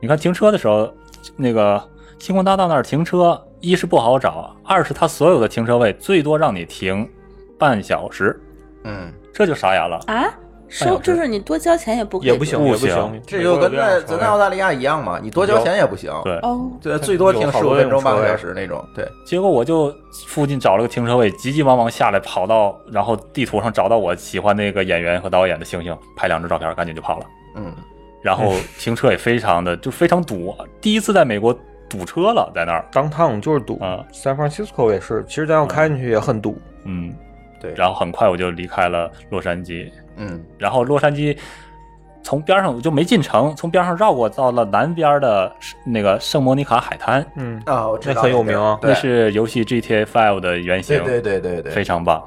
Speaker 2: 你看停车的时候，那个星光大道那儿停车，一是不好找，二是它所有的停车位最多让你停半小时，
Speaker 1: 嗯，
Speaker 2: 这就傻眼了。
Speaker 4: 啊，
Speaker 2: 哎
Speaker 4: 收
Speaker 2: 呦这
Speaker 4: 就是你多交钱也不可以
Speaker 3: 也不行，
Speaker 2: 不
Speaker 3: 也不
Speaker 2: 行
Speaker 3: 行，
Speaker 1: 这就跟在咱在澳大利亚一样嘛，你多交钱也不行。
Speaker 2: 对，
Speaker 4: 哦，
Speaker 1: 对，最多停
Speaker 3: 有好
Speaker 1: 十
Speaker 3: 多
Speaker 1: 五分钟、
Speaker 3: 那种车
Speaker 1: 半
Speaker 3: 位
Speaker 1: 个小时那种。对，
Speaker 2: 结果我就附近找了个停车位，急急忙忙下来跑到，然后地图上找到我喜欢那个演员和导演的星星，拍两张照片，赶紧就跑了。
Speaker 1: 嗯，
Speaker 2: 然后停车也非常的就非常堵，第一次在美国堵车了，在那儿，
Speaker 3: 当趟就是堵
Speaker 2: 啊
Speaker 3: ，San Francisco 也是，其实咱要开进去也很堵。
Speaker 2: 嗯，
Speaker 1: 对，
Speaker 2: 然后很快我就离开了洛杉矶，
Speaker 1: 嗯，
Speaker 2: 然后洛杉矶从边上我就没进城，从边上绕过到了南边的那个圣莫妮卡海滩，
Speaker 3: 嗯，
Speaker 1: 啊，我知道
Speaker 3: 那很
Speaker 1: 地
Speaker 3: 有
Speaker 1: 儿
Speaker 3: 名啊
Speaker 1: 对
Speaker 2: 那是游戏 GTA Five 的原型，
Speaker 1: 对对对对对，
Speaker 2: 非常棒，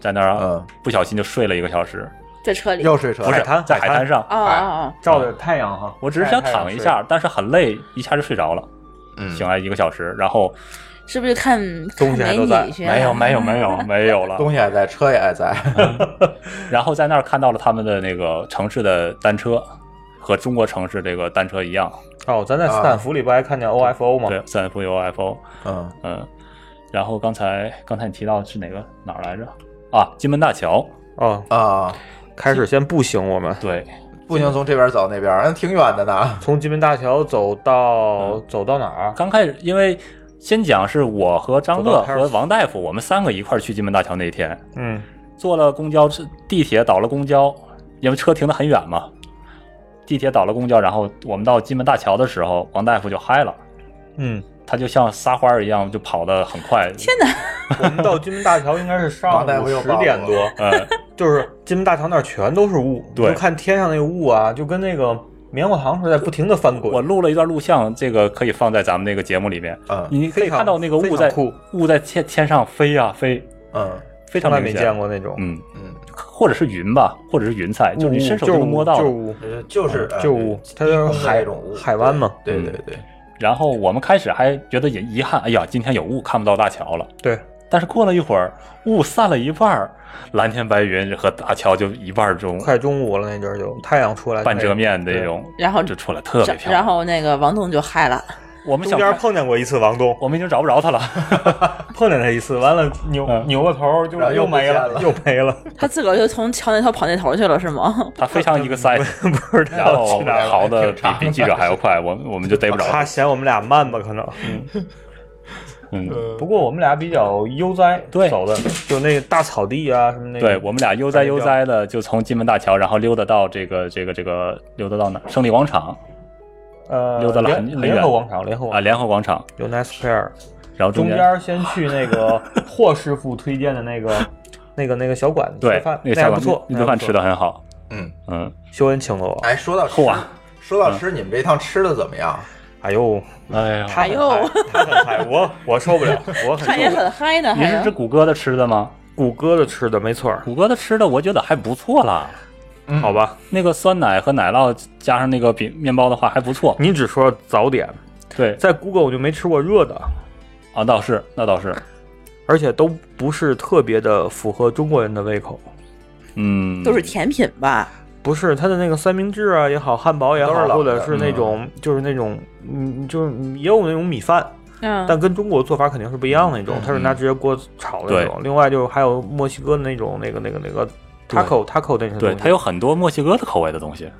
Speaker 2: 在那儿
Speaker 1: 嗯
Speaker 2: 不小心就睡了一个小时，
Speaker 4: 在车里。
Speaker 1: 又睡车
Speaker 2: 不是
Speaker 3: 海滩
Speaker 2: 在海
Speaker 3: 海
Speaker 2: 滩
Speaker 3: 滩
Speaker 2: 上，
Speaker 4: 哦哦
Speaker 3: 照着太阳哈，
Speaker 2: 嗯我只是想躺一下，但是很累，一下就睡着了，
Speaker 1: 嗯
Speaker 2: 醒来一个小时，然后
Speaker 4: 哦，是不是看
Speaker 3: 东
Speaker 4: 看
Speaker 3: 西还
Speaker 4: 美
Speaker 3: 都
Speaker 4: 女
Speaker 3: 在
Speaker 4: 去？啊
Speaker 2: 没有没有没 有没有了，
Speaker 1: 东西还在，车也还在。
Speaker 3: 嗯
Speaker 2: 然后在那儿看到了他们的那个城市的单车，和中国城市这个单车一样，
Speaker 3: 哦，咱在斯坦福里不还看见 OFO 吗？
Speaker 2: 对，三 F U F O，
Speaker 1: 嗯，
Speaker 2: 嗯，然后刚才刚才你提到是哪个哪儿来着？啊，金门大桥，
Speaker 3: 哦，
Speaker 1: 啊，
Speaker 3: 开始先步行，我们
Speaker 2: 对，
Speaker 1: 不行，从这边走那边，嗯，挺远的呢。
Speaker 3: 从金门大桥走到走到哪儿啊？
Speaker 2: 刚开始因为先讲是我和张
Speaker 3: 走
Speaker 2: 乐
Speaker 3: 到开始
Speaker 2: 和王大夫，我们三个一块儿去金门大桥那一天，
Speaker 3: 嗯，
Speaker 2: 坐了公交，地铁倒了公交，因为车停得很远嘛，地铁倒了公交，然后我们到金门大桥的时候，王大夫就嗨了，
Speaker 3: 嗯，
Speaker 2: 他就像撒欢儿一样就跑得很快，
Speaker 4: 天哪，
Speaker 3: 我们到金门大桥应该是上
Speaker 1: 王大
Speaker 3: 午
Speaker 1: 夫又
Speaker 3: 十
Speaker 1: 报
Speaker 3: 点
Speaker 1: 了
Speaker 3: 多，
Speaker 2: 呃，
Speaker 3: 就是金门大桥那儿全都是雾，
Speaker 2: 对
Speaker 3: 就看天上那雾啊，就跟那个棉花糖似的，在不停的翻
Speaker 2: 我
Speaker 3: 滚。
Speaker 2: 录了一段录像，这个可以放在咱们那个节目里面，
Speaker 1: 嗯
Speaker 2: 你可以看到那个
Speaker 3: 啊非
Speaker 2: 雾
Speaker 3: 常
Speaker 2: 在
Speaker 3: 酷
Speaker 2: 雾在天天上飞呀、飞，
Speaker 1: 嗯
Speaker 2: 非常
Speaker 3: 从来没
Speaker 2: 明显
Speaker 3: 见。过那种，
Speaker 2: 嗯，
Speaker 1: 嗯，
Speaker 2: 或者是云吧，或者是云彩，就是你伸手
Speaker 3: 就
Speaker 2: 就能摸到
Speaker 3: 哦就
Speaker 2: 的。嗯
Speaker 3: 是雾，
Speaker 1: 呃就是
Speaker 3: 就雾，它就是海
Speaker 1: 海种雾，
Speaker 3: 海湾嘛。
Speaker 1: 对对对，
Speaker 2: 然后我们开始还觉得也遗憾，哎呀，今天有雾看不到大桥了。
Speaker 3: 对，
Speaker 2: 但是过了一会儿，雾散了一半儿，蓝天白云和大桥就一半儿中
Speaker 3: 快中午了那阵儿就太阳出来，
Speaker 2: 半遮
Speaker 3: 太阳。
Speaker 2: 面的那种，
Speaker 4: 然后
Speaker 2: 就出来特别漂亮。
Speaker 4: 然后那个王栋就嗨了，
Speaker 2: 我们
Speaker 3: 中
Speaker 2: 想
Speaker 3: 间碰见过一次王东，
Speaker 2: 我们已经找不着他了。
Speaker 3: 碰见他一次，完了扭
Speaker 2: 嗯
Speaker 3: 扭个头就
Speaker 1: 然后又
Speaker 3: 又没
Speaker 1: 不
Speaker 3: 了，
Speaker 1: 见了
Speaker 3: 又没 了，
Speaker 4: 他自个儿就从桥那头跑那头去了，是吗？
Speaker 2: 他非常一个赛，
Speaker 3: 不知
Speaker 2: 然
Speaker 3: 道
Speaker 2: 后
Speaker 3: 去哪儿了。
Speaker 2: 逃的比比记者还要快，我们我们就逮不着
Speaker 3: 他
Speaker 2: 他。
Speaker 3: 嫌我们俩慢吧，可能。
Speaker 2: 嗯，
Speaker 3: 不过我们俩比较悠哉，
Speaker 2: 对
Speaker 3: 走的就那个大草地啊什么那个。
Speaker 2: 对我们俩悠哉悠哉的就从金门大桥，然后溜达到这个这个这个溜达到哪儿？胜利广场
Speaker 3: 呃
Speaker 2: 溜达了很很
Speaker 3: 联联合
Speaker 2: 远
Speaker 3: 广场，联合
Speaker 2: 啊，
Speaker 3: 广场
Speaker 2: 联合广场，
Speaker 3: 有 Nice Pair，
Speaker 2: 然后中
Speaker 3: 中
Speaker 2: 间
Speaker 3: 间先去那 个霍师傅推荐的那个那个那个小馆子吃
Speaker 2: 对
Speaker 3: 饭，
Speaker 2: 那个小
Speaker 3: 还不
Speaker 2: 馆
Speaker 3: 错，
Speaker 2: 那顿饭吃的
Speaker 3: 的。
Speaker 2: 很好。
Speaker 1: 嗯。
Speaker 2: 嗯，
Speaker 3: 修恩请了我，
Speaker 1: 哎，说到吃
Speaker 3: 啊
Speaker 2: 嚯，
Speaker 1: 说到吃，你们这一趟吃的怎么样？
Speaker 3: 哎 呦，
Speaker 2: 哎呀，
Speaker 3: 他很
Speaker 4: 哎呦
Speaker 3: 嗨，他很嗨，我我受不了，我很
Speaker 4: 他也
Speaker 3: 受不了。
Speaker 4: 很嗨呢，
Speaker 2: 你
Speaker 4: 还
Speaker 2: 是指谷歌的吃的吗？
Speaker 3: 谷歌的吃的没错儿，
Speaker 2: 谷歌的吃的我觉得还不错啦，
Speaker 1: 嗯
Speaker 3: 好吧，
Speaker 2: 那个酸奶和奶酪加上那个饼面包的话还不错。
Speaker 3: 你只说早点，
Speaker 2: 对，
Speaker 3: 嗯在 Google 我就没吃过热的，
Speaker 2: 啊，倒是那倒是，
Speaker 3: 而且都不是特别的符合中国人的胃口。
Speaker 2: 嗯，
Speaker 4: 都是甜品吧？
Speaker 3: 不是它的那个三明治啊也好，汉堡也
Speaker 1: 都是
Speaker 3: 好，
Speaker 1: 老的
Speaker 3: 或者是
Speaker 2: 嗯
Speaker 3: 那种、就是那种嗯，就是也有那种米饭，
Speaker 4: 嗯，
Speaker 3: 但跟中国做法肯定是不一样的那
Speaker 2: 嗯
Speaker 3: 种，它是拿直接锅炒的那种。另外就是还有墨西哥的那种那个那个那个 taco taco 那种东
Speaker 2: 对，
Speaker 3: 西，
Speaker 2: 它有很多墨西哥的口味的东西。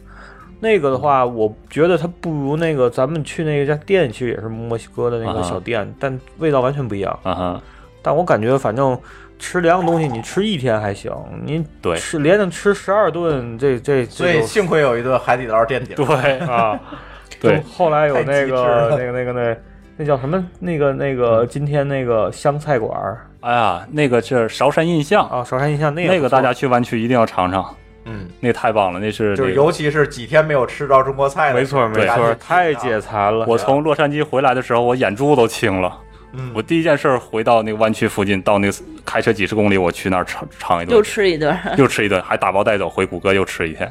Speaker 3: 那个的话，我觉得它不如那个咱们去那家店，其实也是墨西哥的那个
Speaker 2: 啊
Speaker 3: 小店，但味道完全不一样。
Speaker 2: 嗯哼，
Speaker 3: 但我感觉反正吃两种东西，你吃一天还行，你
Speaker 2: 对
Speaker 3: 吃连着吃十二顿，这这
Speaker 1: 所以
Speaker 3: 这就
Speaker 1: 幸亏有一顿海底捞垫底儿。
Speaker 2: 对
Speaker 3: 啊，
Speaker 2: 对
Speaker 3: 就后来有 那
Speaker 1: 太机智了
Speaker 3: 个那个那个那那叫什么？那个那
Speaker 2: 嗯
Speaker 3: 个今天那个湘菜馆儿
Speaker 2: 哎呀，那个是韶山印象，
Speaker 3: 啊，韶山印象那
Speaker 2: 那
Speaker 3: 个
Speaker 2: 个大家去湾区一定要尝尝，
Speaker 1: 嗯，
Speaker 2: 那个太棒了，那是
Speaker 1: 就是
Speaker 2: 那个
Speaker 1: 尤其是几天没有吃着中国菜了，
Speaker 3: 没错没
Speaker 2: 对
Speaker 3: 错，太解馋了。
Speaker 2: 我从洛杉矶回来的时候，我眼珠都青了。
Speaker 1: 嗯
Speaker 2: 我第一件事儿回到那个湾区附近，到那个开车几十公里，我去那儿尝尝一顿
Speaker 4: 又，吃一顿，
Speaker 2: 又吃一顿，还打包带走，回谷歌又吃 一天。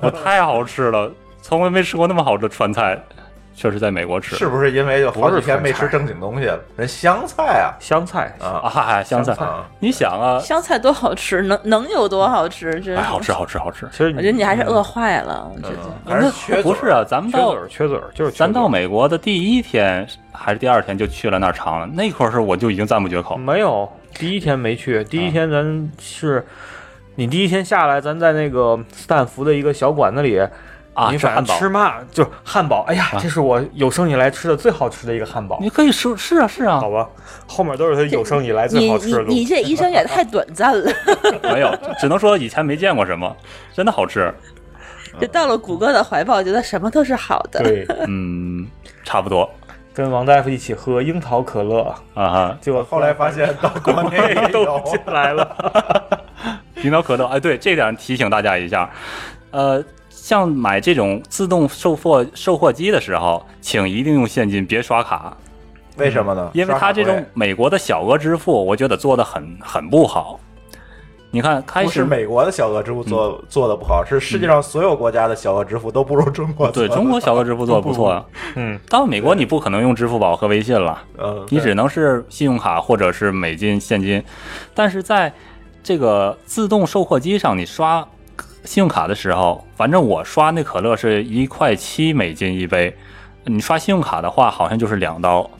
Speaker 2: 我太好吃了，从来没吃过那么好的川菜，确实在美国吃。
Speaker 1: 是不是因为有好
Speaker 3: 不
Speaker 1: 几
Speaker 3: 是
Speaker 1: 天没
Speaker 3: 川
Speaker 1: 吃
Speaker 3: 菜
Speaker 1: 正经东西了？人湘菜啊
Speaker 3: 湘菜
Speaker 1: 啊
Speaker 2: 啊，香菜，
Speaker 1: 啊，
Speaker 2: 你想啊，
Speaker 4: 香菜多好吃，能能有多好吃？真是
Speaker 2: 哎，好吃，好吃，好吃。
Speaker 3: 其实嗯
Speaker 4: 我觉得你还是饿坏了，我觉得。
Speaker 1: 嗯还是缺
Speaker 2: 不是啊，咱们
Speaker 3: 缺
Speaker 2: 到
Speaker 3: 嘴儿缺嘴儿，就是缺
Speaker 2: 咱
Speaker 3: 嘴儿
Speaker 2: 到美国的第一天还是第二天就去了那儿尝了，那块儿是我就已经赞不绝口。
Speaker 3: 没有，第一天没去，第一天咱是。你第一天下来，咱在那个斯坦福的一个小馆子里，
Speaker 2: 啊，
Speaker 3: 你
Speaker 2: 吃
Speaker 3: 反
Speaker 2: 汉
Speaker 3: 正
Speaker 2: 堡
Speaker 3: 吃，嘛，就是汉堡。哎呀，这是我有生以来吃的最好吃的一个汉堡，
Speaker 2: 你可以吃，是啊，是啊
Speaker 3: 好，吧？后面都是他有生以来最
Speaker 4: 你
Speaker 3: 好吃
Speaker 4: 你
Speaker 3: 的东
Speaker 4: 你
Speaker 3: 西。
Speaker 4: 这一生也太短 暂了，
Speaker 2: 没有，只能说以前没见过什么，真的好吃。
Speaker 4: 就到了谷歌的怀抱，觉得什么都是好的。
Speaker 3: 对，
Speaker 2: 嗯，差不多
Speaker 3: 跟王大夫一起喝樱桃可乐，
Speaker 2: 啊哈。
Speaker 3: 结果
Speaker 1: 后来发现到国内也
Speaker 3: 都
Speaker 1: 有
Speaker 3: 进来了。
Speaker 2: 樱桃可乐，哎，对，这点提醒大家一下，呃，像买这种自动售货售货机的时候，请一定用现金，别刷卡，
Speaker 1: 为什么呢？
Speaker 2: 因为
Speaker 1: 刷
Speaker 2: 它
Speaker 1: 卡
Speaker 2: 这
Speaker 1: 不
Speaker 2: 种
Speaker 1: 会
Speaker 2: 美国的小额支付，我觉得做的很很不好。你看，开
Speaker 1: 不是
Speaker 2: 始
Speaker 1: 美国的小额支付做做的不好，是世界上所有国家的小额支付都不如中国做
Speaker 2: 对
Speaker 1: 得好。
Speaker 2: 中国小额支付做的不错啊，
Speaker 3: 嗯，
Speaker 2: 到美国你不可能用支付宝和微信了，
Speaker 1: 嗯，
Speaker 2: 你只能是信用卡或者是美金现金，但是在这个自动售货机上，你刷信用卡的时候，反正我刷那可乐是一块七美金一杯，你刷信用卡的话好像就是两刀，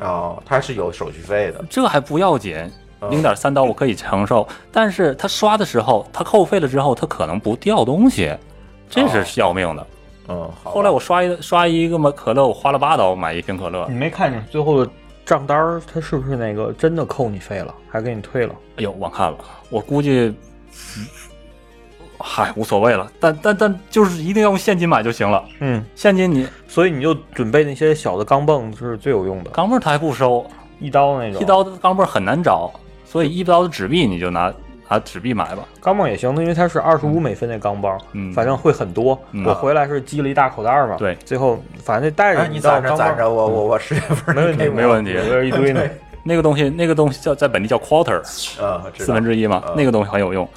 Speaker 1: 哦，它是有手续费的，
Speaker 2: 这还不要紧，
Speaker 1: 嗯
Speaker 2: 零点三刀我可以承受，但是他刷的时候，他扣费了之后，他可能不掉东西，这是要命的。
Speaker 1: 嗯，好吧
Speaker 2: 后来我刷一刷一个嘛可乐，我花了八刀买一瓶可乐
Speaker 1: 嗯
Speaker 3: 你，没看见最后的账单儿，他是不是那个真的扣你费了，还给你退了？
Speaker 2: 哎呦，忘看了，我估计，嗯嗨，无所谓了。但但但就是一定要用现金买就行了，
Speaker 3: 嗯，
Speaker 2: 现金你
Speaker 3: 所以你就准备那些小的钢镚是最有用的，
Speaker 2: 钢镚儿它还不收，
Speaker 3: 一刀那种，
Speaker 2: 一刀的钢镚儿很难找，所以一刀的纸币你就拿拿纸币买吧。
Speaker 3: 钢镚也行，因为它是二十五美分那钢镚，
Speaker 2: 嗯
Speaker 3: 反正会很多。
Speaker 2: 嗯
Speaker 3: 我回来是积了一大口袋儿嘛，
Speaker 2: 对
Speaker 3: 最后反正
Speaker 2: 啊
Speaker 3: 带着
Speaker 1: 哎，你
Speaker 3: 到
Speaker 1: 攒
Speaker 3: 钢
Speaker 1: 着
Speaker 3: 镚
Speaker 1: 攒着，我我我十月份
Speaker 3: 没问题，
Speaker 1: 给我
Speaker 2: 嗯没问题
Speaker 3: 我这儿一堆呢。嗯
Speaker 2: 那个东西，那个东西叫在本地叫 quarter，
Speaker 1: 啊，知
Speaker 2: 四
Speaker 1: 道
Speaker 2: 分之一嘛，
Speaker 1: 嗯
Speaker 2: 那个东西很有用。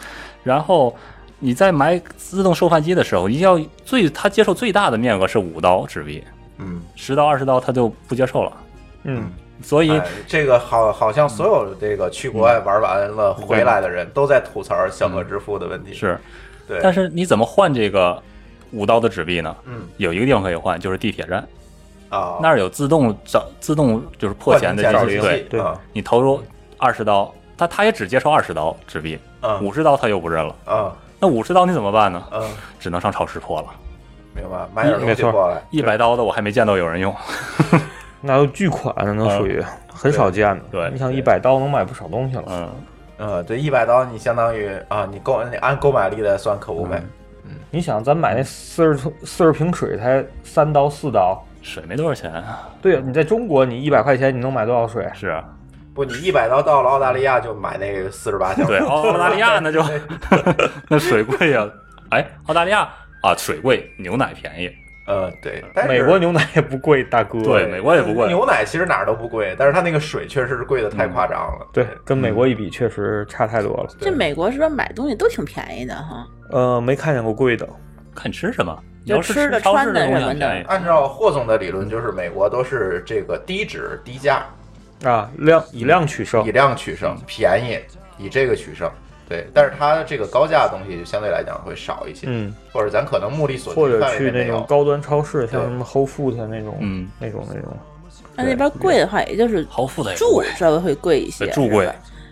Speaker 2: 然后你在买自动售饭机的时候，一定要最他接受最大的面额是五刀纸币，
Speaker 1: 嗯，
Speaker 2: 十刀二十刀他就不接受了。
Speaker 3: 嗯，
Speaker 2: 所以
Speaker 1: 哎这个好，好像所有这个去国
Speaker 2: 嗯
Speaker 1: 外玩完了回来的人都在吐槽小额支付的问题。，
Speaker 2: 是，
Speaker 1: 对，
Speaker 2: 但是你怎么换这个五刀的纸币呢？
Speaker 1: 嗯
Speaker 2: 有一个地方可以换，就是地铁站，
Speaker 4: 哦
Speaker 1: 啊，
Speaker 2: 那儿有自动找自动就是破钱的
Speaker 1: 换
Speaker 2: 机
Speaker 1: 钱
Speaker 2: 器，
Speaker 1: 机器
Speaker 2: 对，
Speaker 1: 啊
Speaker 2: 你投入二十刀，他他也只接受二十刀纸币，
Speaker 4: 嗯
Speaker 1: 啊
Speaker 2: 五十刀他又不认了，
Speaker 1: 啊
Speaker 2: 那五十刀你怎么办呢？
Speaker 1: 啊，
Speaker 2: 只能上超市破了，
Speaker 1: 明白，买
Speaker 2: 嗯
Speaker 1: 点东
Speaker 3: 没
Speaker 1: 西
Speaker 3: 错
Speaker 1: 过来。
Speaker 2: 一百刀的我还没见到有人用，
Speaker 3: 那都巨款，那都属于很少见的。
Speaker 2: 嗯对
Speaker 3: 你想一百刀能买不少东西了。
Speaker 2: 嗯，
Speaker 1: 嗯，对，一百刀你相当于啊，你购你按购买力来算可不呗。
Speaker 2: 嗯
Speaker 3: 你想，咱买那四十四十瓶水才三刀四刀，
Speaker 2: 水没多少钱啊，
Speaker 3: 对呀，你在中国你一百块钱你能买多少水？
Speaker 2: 是啊，
Speaker 1: 不，你一百刀到了澳大利亚就买那个四十八箱。
Speaker 2: 对，澳澳大利亚 那就那水贵呀、哎，澳大利亚啊水贵，牛奶便宜，
Speaker 1: 呃，对，但是
Speaker 3: 美国牛奶也不贵，大哥。
Speaker 2: 对美国也不贵嗯
Speaker 1: 牛奶其实哪儿都不贵，但是它那个水确实是贵的太夸张了。
Speaker 3: 对，跟美国一比确实差太多了。
Speaker 4: 这美国是不是买东西都挺便宜的哈？
Speaker 3: 呃，没看见过贵的。
Speaker 2: 看你吃什么，你
Speaker 4: 就
Speaker 2: 要是
Speaker 4: 吃的
Speaker 2: 超市
Speaker 4: 穿的
Speaker 2: 东西
Speaker 4: 什么
Speaker 2: 很
Speaker 4: 的
Speaker 2: 便宜，
Speaker 1: 按照霍总的理论，就是美国都是这个低值低价，
Speaker 3: 啊，量以量取胜
Speaker 1: 以，量取
Speaker 3: 嗯
Speaker 1: 胜，便宜以这个取胜。对，但是它这个高价的东西就相对来讲会少一些，
Speaker 3: 嗯，
Speaker 1: 或者咱可能目的所
Speaker 3: 或
Speaker 1: 及
Speaker 3: 者
Speaker 1: 范围
Speaker 3: 去
Speaker 1: 内
Speaker 3: 那
Speaker 1: 没
Speaker 3: 种
Speaker 1: 有。
Speaker 3: 高端超市，像
Speaker 1: 对
Speaker 3: 什么 Whole Food 那种，
Speaker 2: 嗯，
Speaker 3: 那种那种，
Speaker 4: 那那边贵的话，也就是
Speaker 2: 豪富的也
Speaker 4: 住
Speaker 2: 贵
Speaker 4: 稍微会贵一些，
Speaker 2: 对住贵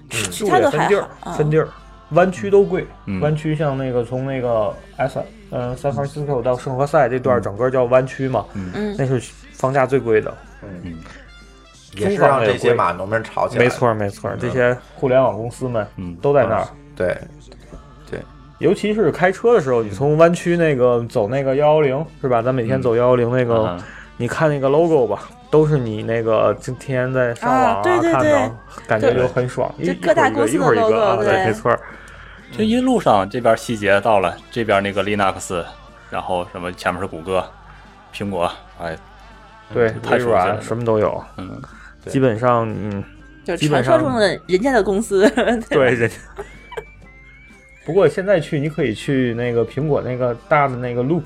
Speaker 4: 是吧，
Speaker 3: 住
Speaker 4: 它
Speaker 3: 也
Speaker 4: 都
Speaker 3: 分
Speaker 4: 还
Speaker 3: 地
Speaker 4: 好
Speaker 3: 儿，
Speaker 1: 哦
Speaker 4: 啊
Speaker 3: 分。地儿，湾区都贵，
Speaker 2: 嗯
Speaker 3: 湾区像那个从那个 S 呃 San Francisco 到圣何塞这段，整个叫湾区嘛，
Speaker 4: 嗯，
Speaker 3: 那是房价最贵的。
Speaker 1: 嗯也是让这些码农们吵起来。
Speaker 3: 嗯没，错没错，这些互联网公司们
Speaker 2: 嗯
Speaker 3: 都在那儿，
Speaker 1: 对，
Speaker 3: 尤其是开车的时候，你从湾区那个走那个幺幺零是吧？咱每天走幺幺零那个，
Speaker 2: 啊
Speaker 3: 你看那个 logo 吧，都是你那个今天在上网
Speaker 4: 啊对对
Speaker 3: 看
Speaker 4: 对
Speaker 3: 到，感觉就很爽。
Speaker 4: 就
Speaker 3: 一
Speaker 4: 各大公司
Speaker 3: 一会儿一个一会儿一个啊
Speaker 4: logo，
Speaker 3: 对，
Speaker 4: 对
Speaker 3: 没错。
Speaker 2: 这一路上这边细节到了，这边那个 Linux，然后什么前面是谷歌、苹果，哎，
Speaker 3: 对，
Speaker 2: 太
Speaker 3: 微
Speaker 2: 熟悉了
Speaker 3: 软什么都有，
Speaker 2: 嗯，
Speaker 1: 对
Speaker 3: 基本上 嗯，
Speaker 4: 就
Speaker 3: 基
Speaker 4: 传
Speaker 3: 本
Speaker 4: 说
Speaker 3: 上
Speaker 4: 中的人家的公司，
Speaker 3: 对人家。不过现在去，你可以去那个苹果那个大的那个 Loop，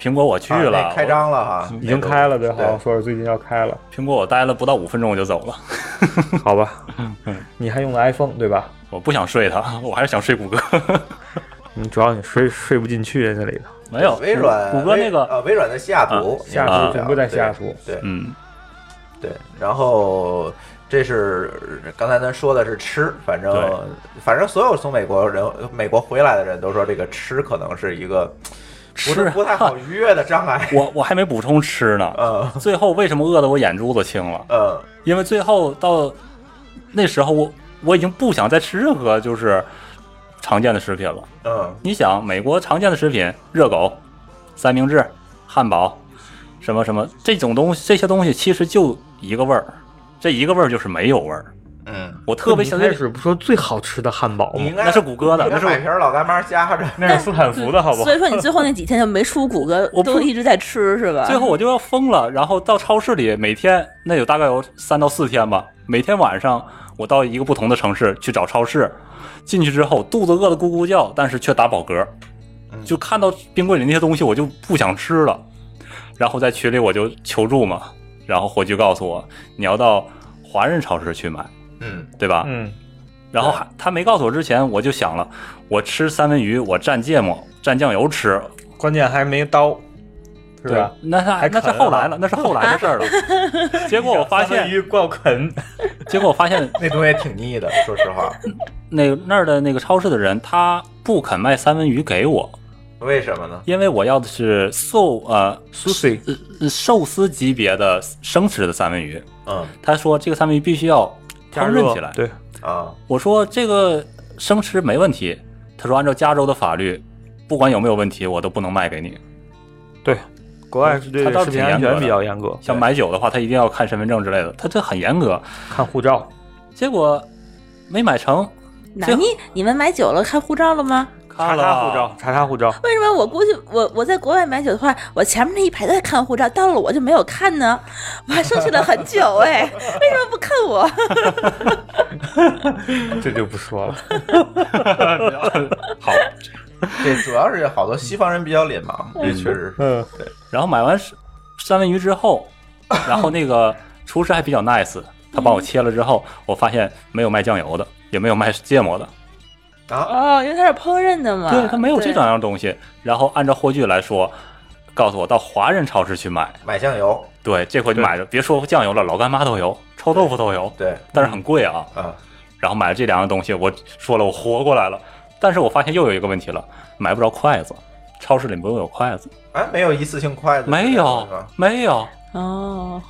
Speaker 2: 苹果我去了，
Speaker 1: 啊那开张了哈，
Speaker 3: 已经开了，对，好
Speaker 1: 对
Speaker 3: 像说是最近要开 了，
Speaker 2: 我苹果我待了不到五分钟我就走了，
Speaker 3: 好吧？你还用的 iPhone 对吧？
Speaker 2: 我不想睡它，我还是想睡谷歌。
Speaker 3: 你嗯主要你睡睡不进去人家里头。
Speaker 2: 没有
Speaker 1: 微软，
Speaker 2: 谷歌那
Speaker 1: 微
Speaker 2: 个，
Speaker 1: 呃，微软在西雅图，
Speaker 3: 西雅
Speaker 2: 啊
Speaker 3: 图总部在西雅图，
Speaker 1: 对
Speaker 2: 嗯，
Speaker 1: 对，然后。这是刚才咱说的是吃，反正
Speaker 2: 对
Speaker 1: 反正所有从美国人美国回来的人都说，这个吃可能是一个不
Speaker 2: 吃啊
Speaker 1: 是不太好逾越的障碍。
Speaker 2: 我我还没补充吃呢。
Speaker 1: 嗯
Speaker 2: 最后为什么饿得我眼珠子青了？
Speaker 1: 嗯，
Speaker 2: 因为最后到那时候我我已经不想再吃任何就是常见的食品了。
Speaker 1: 嗯，
Speaker 2: 你想，美国常见的食品，热狗、三明治、汉堡，什么什么这种东西，这些东西其实就一个味儿，这一个味儿就是没有味儿。
Speaker 1: 嗯，
Speaker 2: 我特别想
Speaker 3: 开始不说最好吃的汉堡
Speaker 1: 你
Speaker 3: 吗
Speaker 1: 应？该
Speaker 2: 哦那是谷歌的
Speaker 1: 你应该
Speaker 2: 那是
Speaker 1: 买瓶老干妈加着。
Speaker 3: 那是斯坦福的好不好
Speaker 4: 所？以说你最后那几天就没出谷歌
Speaker 2: 我，不
Speaker 4: 都一直在吃是吧？
Speaker 2: 最后我就要疯了，然后到超市里，每天那有大概有三到四天吧，每天晚上我到一个不同的城市去找超市，进去之后肚子饿得咕咕叫，但是却打饱嗝，就看到冰柜里那些东西我就不想吃了，然后在群里我就求助嘛，然后火炬告诉我你要到华人超市去买，
Speaker 1: 嗯
Speaker 2: 对吧？
Speaker 3: 嗯，
Speaker 2: 然后还他没告诉我之前，我就想了，我吃三文鱼，我蘸芥末蘸酱油吃，
Speaker 3: 关键还没刀，是
Speaker 2: 对
Speaker 3: 吧？，
Speaker 2: 那是
Speaker 3: 还
Speaker 2: 那
Speaker 3: 啃
Speaker 2: 是后来了，那是后来的事儿了。 结果我发
Speaker 3: 三文
Speaker 2: 现，
Speaker 3: 鱼怪啃，
Speaker 2: 结果我发现
Speaker 1: 那东西也挺腻的，说实话。
Speaker 2: 那那儿的那个超市的人，他不肯卖三文鱼给我，
Speaker 1: 为什么呢？
Speaker 2: 因为我要的是寿呃寿
Speaker 3: Sushi
Speaker 2: 呃寿司级别的生吃的三文鱼。
Speaker 1: 嗯
Speaker 2: 他说这个三文鱼必须要烹饪起来。
Speaker 3: 对，
Speaker 1: 啊，
Speaker 2: 我说这个生吃没问题。他说按照加州的法律，不管有没有问题，我都不能卖给你。
Speaker 3: 国外是对
Speaker 2: 它倒
Speaker 3: 食
Speaker 2: 是
Speaker 3: 品
Speaker 2: 挺
Speaker 3: 安
Speaker 2: 严格
Speaker 3: 全
Speaker 2: 的
Speaker 3: 比较严格，
Speaker 2: 像买酒的话，他一定要看身份证之类的，他这很严格。
Speaker 3: 看护照。
Speaker 2: 结果没买成，
Speaker 4: 那你你们买酒了，看护照了吗？
Speaker 3: 查他护照，查他护照，
Speaker 4: 为什么我估计我我在国外买酒的话，我前面那一排都在看护照，到了我就没有看呢，我还生气了很久哎， 为什么不看 我？
Speaker 3: 这就不说了。
Speaker 2: 好。
Speaker 1: 这主要是好多西方人比较脸盲，这确实是。
Speaker 3: 嗯，
Speaker 2: 然后买完是三文鱼之 后，然后那个厨师还比较 nice，他帮我切了之后，我发现没有卖酱油的，也没有卖芥末的，
Speaker 1: 啊，
Speaker 4: 哦，因为它是烹饪的嘛，
Speaker 2: 啊对他没有这两样东西。然后按照货句来说，告诉我到华人超市去买。
Speaker 1: 买酱油，
Speaker 2: 对，这回就买着，别说酱油了，老干妈都有，臭豆腐都有，
Speaker 1: 对，
Speaker 2: 但是很贵啊。
Speaker 1: 啊，
Speaker 2: 然后买了这两样东西，我说了我活过来了，但是我发现又有一个问题了，买不着筷子，超市里没有筷子，
Speaker 1: 哎，没有一次性筷子，
Speaker 2: 没有
Speaker 1: 是吧，
Speaker 2: 没有。
Speaker 4: 对哦，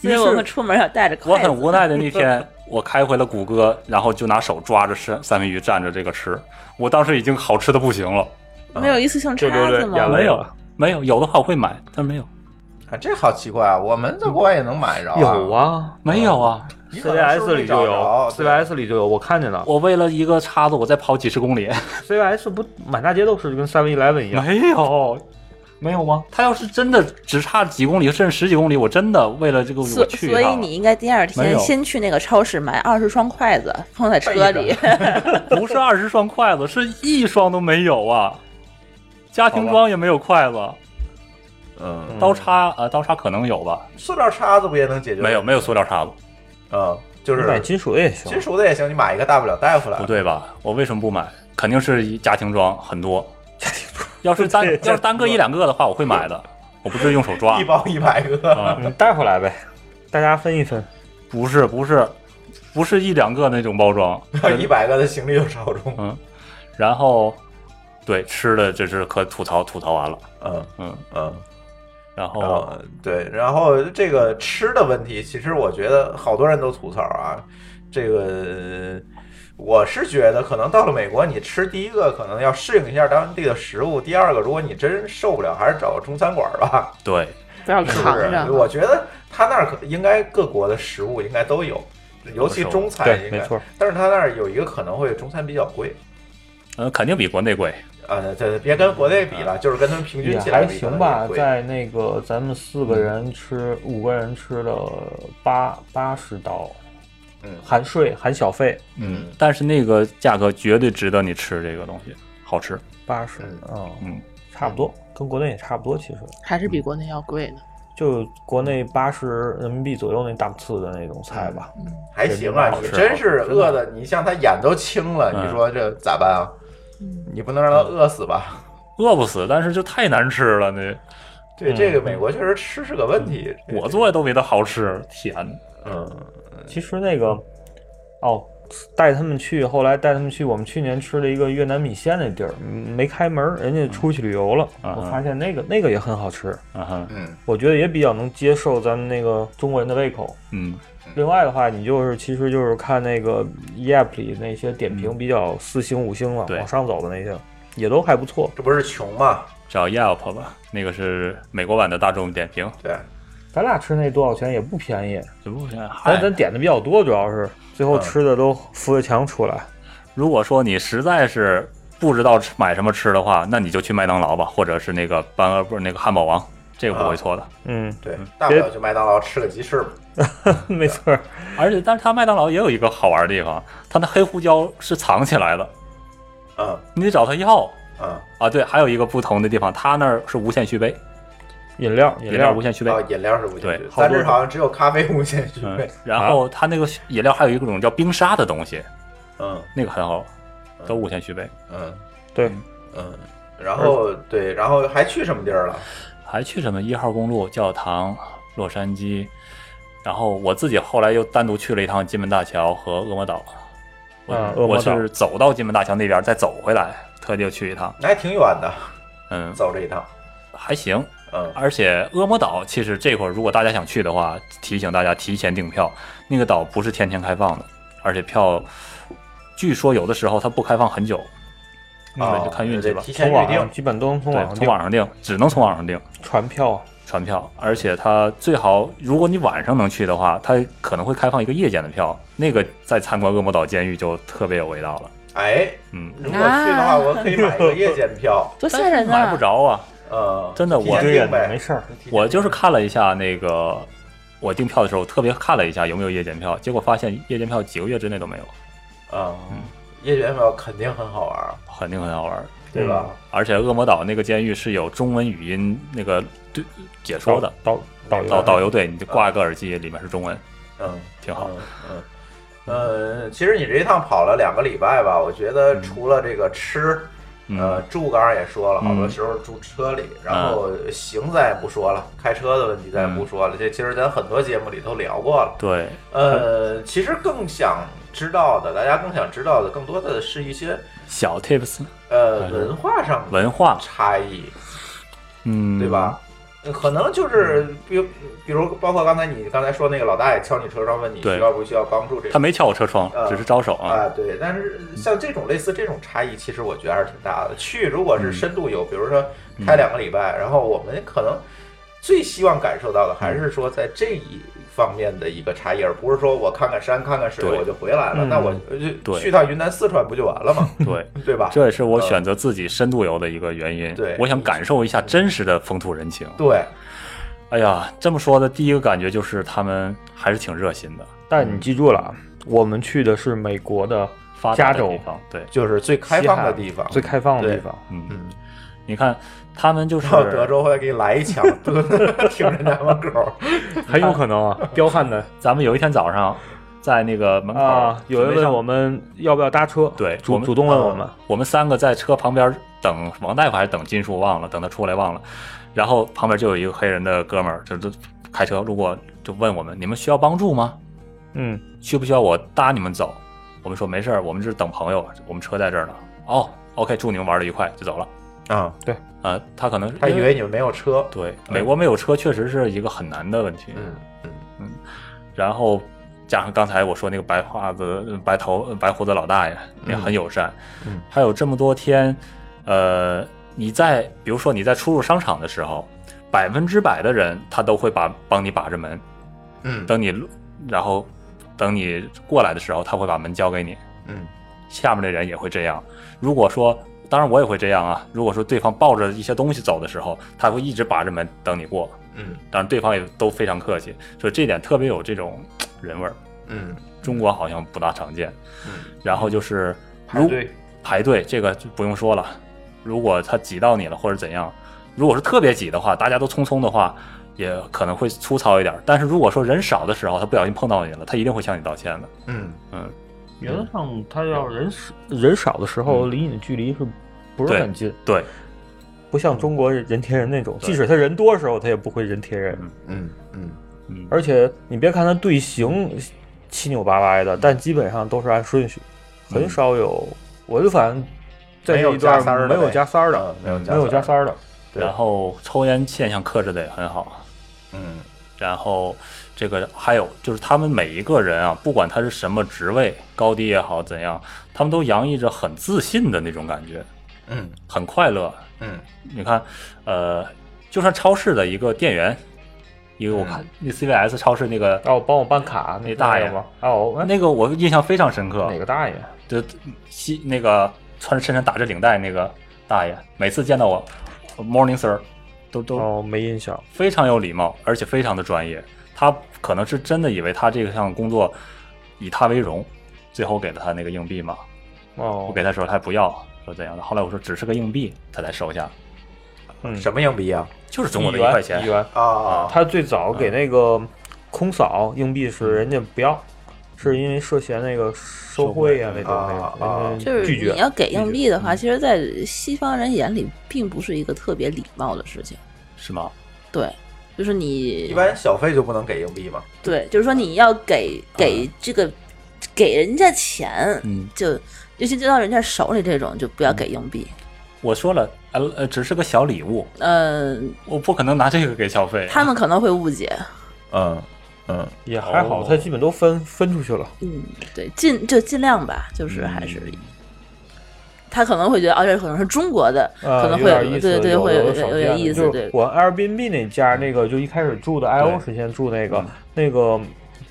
Speaker 2: 于
Speaker 4: 所
Speaker 2: 是
Speaker 4: 以我们出门要带着筷
Speaker 2: 我
Speaker 4: 子。
Speaker 2: 很无奈的那天，我开回了谷歌，然后就拿手抓着三三文鱼蘸着这个吃，我当时已经好吃的不行了。
Speaker 4: 没
Speaker 2: 啊
Speaker 4: 有一次性叉
Speaker 3: 就流
Speaker 4: 子
Speaker 3: 着
Speaker 4: 吗？
Speaker 3: 眼
Speaker 2: 没
Speaker 3: 泪
Speaker 2: 有，没有，有的话我会买，但没有，
Speaker 1: 啊，这好奇怪啊！我们在国外也能买着，
Speaker 3: 有，啊
Speaker 2: 没有啊！
Speaker 1: 你可能是不
Speaker 3: ，CVS
Speaker 1: 是
Speaker 3: 里
Speaker 1: 没找
Speaker 3: 就有
Speaker 1: 着对
Speaker 3: ，CVS 里就有，我看见了。
Speaker 2: 我为了一个叉子，我再跑几十公里。
Speaker 3: CVS 不满大街都是，跟 Seven Eleven 一样。
Speaker 2: 没有，
Speaker 3: 没有吗？
Speaker 2: 他要是真的只差几公里，甚至十几公里，我真的为了这个
Speaker 4: 所
Speaker 2: 我去一
Speaker 4: 所以
Speaker 2: 趟
Speaker 4: 你应该第二
Speaker 2: 没有
Speaker 4: 天先去那个超市买二十双筷子，放在车里。
Speaker 2: 不是二十双筷子，是一双都没有啊！家庭装也没有筷子，
Speaker 1: 嗯，
Speaker 2: 刀叉呃刀叉可能有吧？
Speaker 1: 塑料叉子不也能解决？
Speaker 2: 没有，没有塑料叉子，
Speaker 1: 嗯，就
Speaker 3: 你买
Speaker 1: 是
Speaker 3: 金属的也行
Speaker 1: 金。属的也行，你买一个大不了带回来。
Speaker 2: 不，对吧？我为什么不买？肯定是一家庭装很多。要是单
Speaker 3: 对
Speaker 2: 要是单个一两个的话，我会买的，我不是用手抓
Speaker 1: 一。包一百个，
Speaker 2: 啊，
Speaker 3: 你带回来呗，大家分一分。
Speaker 2: 不是不是，不是一两个那种包装，
Speaker 1: 一百个的行李就超重。
Speaker 2: 嗯，然后对吃的这是可吐槽吐槽完了，
Speaker 1: 嗯
Speaker 2: 嗯，
Speaker 1: 嗯，
Speaker 2: 然后、
Speaker 1: 然后对，然后这个吃的问题，其实我觉得好多人都吐槽啊，这个。我是觉得，可能到了美国，你吃第一个可能要适应一下当地的食物；第二个，如果你真受不了，还是找中餐馆吧。
Speaker 2: 对
Speaker 4: 不 要
Speaker 1: 是
Speaker 4: 扛
Speaker 1: 不是？
Speaker 4: 着。
Speaker 1: 我觉得他那儿可应该各国的食物应该都有，尤其中餐
Speaker 3: 对
Speaker 1: 应该
Speaker 3: 没错。
Speaker 1: 但是他那儿有一个可能会中餐比较贵，
Speaker 2: 呃肯定比国内贵，
Speaker 1: 呃，这别跟国内比了，就是跟他们平
Speaker 3: 也
Speaker 1: 均起来
Speaker 3: 还
Speaker 1: 比可
Speaker 3: 行
Speaker 1: 能
Speaker 3: 吧
Speaker 1: 也，贵
Speaker 3: 在那个咱们四个人吃，五个人吃的八八十刀，
Speaker 1: 嗯
Speaker 3: 含税含小费
Speaker 2: 嗯，但是那个价格绝对值得你吃这个东西，好吃，
Speaker 3: 八十
Speaker 1: 嗯，
Speaker 3: 嗯
Speaker 2: 嗯，
Speaker 3: 差不多，跟国内也差不多，其实
Speaker 4: 还是比国内要贵呢，
Speaker 3: 就国内八十人民币左右那档次的那种菜吧。
Speaker 4: 嗯
Speaker 1: 还行啊。
Speaker 2: 好
Speaker 1: 你
Speaker 2: 吃
Speaker 1: 真是饿的，你像他眼都青了，
Speaker 2: 嗯
Speaker 1: 你说这咋办啊？你不能让他饿死吧？
Speaker 2: 饿不死，但是就太难吃了，那
Speaker 1: 对，这个美国确实吃是个问题。
Speaker 2: 嗯我做的都没它好吃，天呐，
Speaker 1: 嗯
Speaker 3: 其实那个，哦，带他们去，后来带他们去我们去年吃了一个越南米线那地儿，嗯没开门儿，人家出去旅游了。
Speaker 2: 嗯
Speaker 3: 我发现那个那个也很好吃，
Speaker 2: 啊哈，
Speaker 1: 嗯
Speaker 3: 我觉得也比较能接受咱们那个中国人的胃口。
Speaker 2: 嗯
Speaker 3: 另外的话，你就是其实就是看那个 Yelp 里那些点评比较四星五星了，
Speaker 2: 嗯对
Speaker 3: 往上走的那些，也都还不错。
Speaker 1: 这不是穷吗？
Speaker 2: 找 Yelp 吧，那个是美国版的大众点评，
Speaker 1: 对，
Speaker 3: 咱俩吃那多少钱也不便宜，
Speaker 2: 这不
Speaker 3: 咱
Speaker 2: 还
Speaker 3: 咱点的比较多，主要是最后
Speaker 1: 嗯
Speaker 3: 吃的都扶着墙出来。
Speaker 2: 如果说你实在是不知道吃买什么吃的话，那你就去麦当劳吧，或者是那个班呃不是那个汉堡王，这个不会错的。
Speaker 3: 嗯，
Speaker 1: 对，大不了去麦当劳吃个鸡翅嘛。
Speaker 3: 没错儿。
Speaker 2: 而且，但是它麦当劳也有一个好玩的地方，它那黑胡椒是藏起来的，
Speaker 1: 嗯
Speaker 2: 你得找它要
Speaker 1: 嗯，
Speaker 2: 啊。对，还有一个不同的地方，它那儿是无限续杯，
Speaker 3: 饮料，饮
Speaker 2: 饮料
Speaker 3: 料
Speaker 2: 无限续杯
Speaker 1: 哦，。饮料是无限
Speaker 2: 对
Speaker 1: 续，
Speaker 2: 好
Speaker 1: 咱
Speaker 2: 多
Speaker 1: 这儿好像只有咖啡无限续
Speaker 2: 嗯
Speaker 1: 费。，
Speaker 2: 然后它那个饮料还有一种叫冰沙的东西，
Speaker 1: 嗯
Speaker 2: 那个很好，都无限续杯。
Speaker 1: 嗯。
Speaker 3: 对，
Speaker 1: 嗯，然后对，然后还去什么地儿了？
Speaker 2: 还去什么一号公路、教堂、洛杉矶，然后我自己后来又单独去了一趟金门大桥和恶魔岛。我、
Speaker 3: 啊恶
Speaker 2: 我
Speaker 3: 魔岛
Speaker 2: 是走到金门大桥那边再走回来，特地又去一趟。
Speaker 1: 那还挺远的，
Speaker 2: 嗯，
Speaker 1: 走这一趟。
Speaker 2: 还行。
Speaker 1: 嗯
Speaker 2: 而且恶魔岛其实这会儿如果大家想去的话，提醒大家提前订票。那个岛不是天天开放的，而且票据说有的时候它不开放很久，那
Speaker 1: 啊，
Speaker 2: 就看运气
Speaker 1: 对
Speaker 2: 吧
Speaker 1: 提前
Speaker 3: 从
Speaker 1: 预
Speaker 3: 网
Speaker 1: 定
Speaker 3: 上。基本都能从网
Speaker 2: 对，
Speaker 3: 上
Speaker 2: 从
Speaker 3: 订
Speaker 2: 网上订，只能从网上订。
Speaker 3: 传票。啊
Speaker 2: 船票，而且它最好，如果你晚上能去的话，它可能会开放一个夜间的票，那个在参观恶魔岛监狱就特别有味道了。
Speaker 1: 哎，
Speaker 2: 嗯，
Speaker 1: 如果去的话，
Speaker 4: 啊
Speaker 1: 我可以买一个夜间票。
Speaker 4: 多吓人
Speaker 2: 买
Speaker 4: 啊
Speaker 2: 不！着啊！
Speaker 1: 嗯，
Speaker 2: 真的
Speaker 1: 提
Speaker 2: 我
Speaker 1: 前
Speaker 3: 对呀
Speaker 1: 订，呗
Speaker 3: 没。事儿。
Speaker 1: 提前
Speaker 2: 我就是看了一下那个，我订票的时候特别看了一下有没有夜间票，结果发现夜间票几个月之内都没有，
Speaker 1: 嗯，夜间票肯定很好玩儿，
Speaker 2: 肯定很好玩。
Speaker 1: 对吧？
Speaker 2: 而且恶魔岛那个监狱是有中文语音那个对解说
Speaker 1: 哦
Speaker 2: 的，
Speaker 3: 导
Speaker 2: 导
Speaker 3: 导游
Speaker 2: 导游对，你就挂个耳机，里面是中文，
Speaker 1: 嗯，
Speaker 2: 挺好。
Speaker 1: 嗯。嗯，呃，其实你这一趟跑了两个礼拜吧，我觉得除了这个吃，呃
Speaker 2: 嗯，
Speaker 1: 住刚刚也说了，好多
Speaker 2: 嗯啊
Speaker 1: 时候住车里，然后行咱也不说了，开车的问题咱也不
Speaker 2: 嗯
Speaker 1: 说了，这其实咱很多节目里头聊过了。
Speaker 2: 对，嗯
Speaker 1: 呃，其实更想知道的，大家更想知道的，更多的是一些
Speaker 2: 小 tips
Speaker 1: 呃
Speaker 2: 嗯
Speaker 1: 文化上的
Speaker 2: 文化，
Speaker 1: 差异，
Speaker 2: 嗯，
Speaker 1: 对？吧？可能就是，比如比如包括刚才你刚才说那个老大爷敲你车窗问你
Speaker 2: 对
Speaker 1: 需要不需要帮助这
Speaker 2: 他
Speaker 1: 种
Speaker 2: 没敲我车窗，只是招手啊。
Speaker 1: 啊，对。但是像这种类似这种差异，其实我觉得还是挺大的。去如果
Speaker 2: 嗯
Speaker 1: 是深度游，比如说开两个礼拜，然后我们可能最希望感受到的
Speaker 2: 嗯
Speaker 1: 还是说在这一方面的一个差异，而不是说我看看山看看水
Speaker 2: 对
Speaker 1: 我就回来了。
Speaker 3: 嗯
Speaker 1: 那我就
Speaker 2: 对
Speaker 1: 去趟云南、四川不就完了吗？
Speaker 2: 对，
Speaker 1: 对吧？
Speaker 2: 这也是我选择自己深度游的一个原因。
Speaker 1: 啊对
Speaker 2: 我想感受一下真实的风土人情。
Speaker 1: 对，
Speaker 2: 哎呀，这么说的第一个感觉就是他们还是挺热心的，
Speaker 3: 但你记住了啊，我们去的是美国的
Speaker 2: 发达
Speaker 3: 加
Speaker 2: 的
Speaker 3: 州
Speaker 2: 地方。对，
Speaker 1: 就是最开放的地方，
Speaker 3: 最开放的
Speaker 1: 对
Speaker 3: 地方，
Speaker 2: 嗯，你看他们就是
Speaker 1: 到德州会给你来一 枪， 停人家门口。
Speaker 3: 很有可能啊，彪悍的
Speaker 2: 咱们有一天早上在那个门口
Speaker 3: 啊，有人
Speaker 2: 准备
Speaker 3: 问
Speaker 2: 上
Speaker 3: 我，们要不要搭车，
Speaker 2: 对我
Speaker 3: 主
Speaker 2: 们
Speaker 3: 主动问我们，啊
Speaker 2: 我们三个在车旁边等王大夫还是等金叔忘了，等他出来忘了，然后旁边就有一个黑人的哥们儿，就是开车路过就问我们：你们需要帮助吗？
Speaker 3: 嗯，
Speaker 2: 需不需要我搭你们走？我们说没事儿，我们这是等朋友，我们车在这儿呢。哦， OK，祝你们玩的愉快，就走了。
Speaker 1: 啊，
Speaker 2: 呃，他可能是
Speaker 1: 他以为你们没有车，
Speaker 2: 对美国没有车确实是一个很难的问题。
Speaker 1: 嗯嗯
Speaker 2: 然后加上刚才我说那个白发子、呃白头、呃白胡子老大爷也很友善，
Speaker 1: 嗯
Speaker 2: 还有这么多天，呃，你在比如说你在出入商场的时候，百分之百的人他都会把帮你把着门，
Speaker 1: 嗯
Speaker 2: 等你然后等你过来的时候，他会把门交给你，
Speaker 1: 嗯
Speaker 2: 下面的人也会这样。如果说当然我也会这样啊，如果说对方抱着一些东西走的时候，他会一直把着门等你过，
Speaker 1: 嗯
Speaker 2: 当然对方也都非常客气，所以这点特别有这种人味儿。
Speaker 1: 嗯
Speaker 2: 中国好像不大常见。
Speaker 1: 嗯
Speaker 2: 然后就是
Speaker 3: 排队，
Speaker 2: 排队，这个就不用说了。如果他挤到你了或者怎样，如果是特别挤的话，大家都匆匆的话，也可能会粗糙一点。但是如果说人少的时候，他不小心碰到你了，他一定会向你道歉的。
Speaker 1: 嗯
Speaker 2: 嗯，
Speaker 3: 原则上他要是人少人少的时候，离你的距离是不是
Speaker 2: 对
Speaker 3: 很近？
Speaker 2: 对，
Speaker 3: 不像中国人贴人那种，
Speaker 2: 对
Speaker 3: 即使他人多的时候，他也不会人贴人。
Speaker 1: 嗯嗯
Speaker 2: 嗯，
Speaker 3: 而且你别看他队形七扭八歪的，但基本上都是按顺序，很少有。我就反正在
Speaker 1: 没
Speaker 3: 这
Speaker 1: 有
Speaker 3: 一段
Speaker 1: 加塞儿的
Speaker 3: 嗯没有加塞儿
Speaker 1: 啊
Speaker 3: 的，嗯
Speaker 1: 没有加塞儿
Speaker 3: 没有加塞儿的。对
Speaker 2: 然后抽烟现象克制的也很好。
Speaker 1: 嗯
Speaker 2: 然后这个还有就是他们每一个人啊，不管他是什么职位，高低也好怎样，他们都洋溢着很自信的那种感觉，
Speaker 1: 嗯
Speaker 2: 很快乐。
Speaker 1: 嗯
Speaker 2: 你看，呃，就算超市的一个店员，一个我看那 CVS 超市那个、
Speaker 3: 哦，帮我办卡
Speaker 2: 那
Speaker 3: 那
Speaker 2: 大爷
Speaker 3: 吗？哦，哎
Speaker 2: 那个我印象非常深刻
Speaker 3: 哪，个大爷？
Speaker 2: 就西那个穿着身上打着领带那个大爷，每次见到我，Morning sir，都都
Speaker 3: 哦，没印象。
Speaker 2: 非常有礼貌，而且非常的专业。他可能是真的以为他这个项工作以他为荣，最后给了他那个硬币嘛。我
Speaker 3: 哦，
Speaker 2: 给他说他不要，说怎样的。后来我说只是个硬币，他才收下，
Speaker 3: 嗯，
Speaker 1: 什么硬币啊？
Speaker 2: 就是中国
Speaker 3: 一
Speaker 2: 的一
Speaker 3: 元
Speaker 2: 块钱
Speaker 3: 一。元。
Speaker 1: 啊，
Speaker 3: 他最早给那个空嫂硬币是人家不要，是因为涉嫌那个嗯收贿啊那种
Speaker 1: 啊啊
Speaker 3: 那
Speaker 4: 就
Speaker 3: 种
Speaker 4: 是
Speaker 3: 拒
Speaker 4: 你
Speaker 3: 绝。嗯
Speaker 4: 要给硬币的话，其实，在西方人眼里，并不是一个特别礼貌的事情。
Speaker 2: 是吗？
Speaker 4: 对，就是
Speaker 1: 一
Speaker 4: 你
Speaker 1: 般小费就不能给硬币吗？
Speaker 4: 对，就是说你要给
Speaker 3: 嗯
Speaker 4: 给这个给人家钱，
Speaker 2: 嗯，
Speaker 4: 就尤其接到人家手里这种，就
Speaker 3: 嗯
Speaker 4: 不要给硬币。
Speaker 2: 我说了，呃呃，只是个小礼物，
Speaker 4: 嗯，
Speaker 2: 我不可能拿这个给消费。啊
Speaker 4: 他们可能会误解。
Speaker 1: 嗯嗯
Speaker 3: 也还好，
Speaker 2: 哦
Speaker 3: 他基本都分分出去了。
Speaker 4: 嗯，对，尽就尽量吧，就是还是。
Speaker 2: 嗯
Speaker 3: 嗯
Speaker 4: 他可能会觉得，哦，这可能是中国的，
Speaker 3: 呃，
Speaker 4: 可能
Speaker 3: 有
Speaker 4: 会
Speaker 3: 点意思，
Speaker 4: 对对，
Speaker 3: 有
Speaker 4: 会
Speaker 3: 有
Speaker 4: 有
Speaker 3: 的少
Speaker 4: 有
Speaker 3: 见
Speaker 4: 点
Speaker 3: 的
Speaker 4: 意
Speaker 3: 就
Speaker 4: 思，
Speaker 3: 是
Speaker 4: 对，
Speaker 3: 我 Airbnb 那家那个，就一开始住的 IO
Speaker 2: 对
Speaker 3: 实现住那个那个，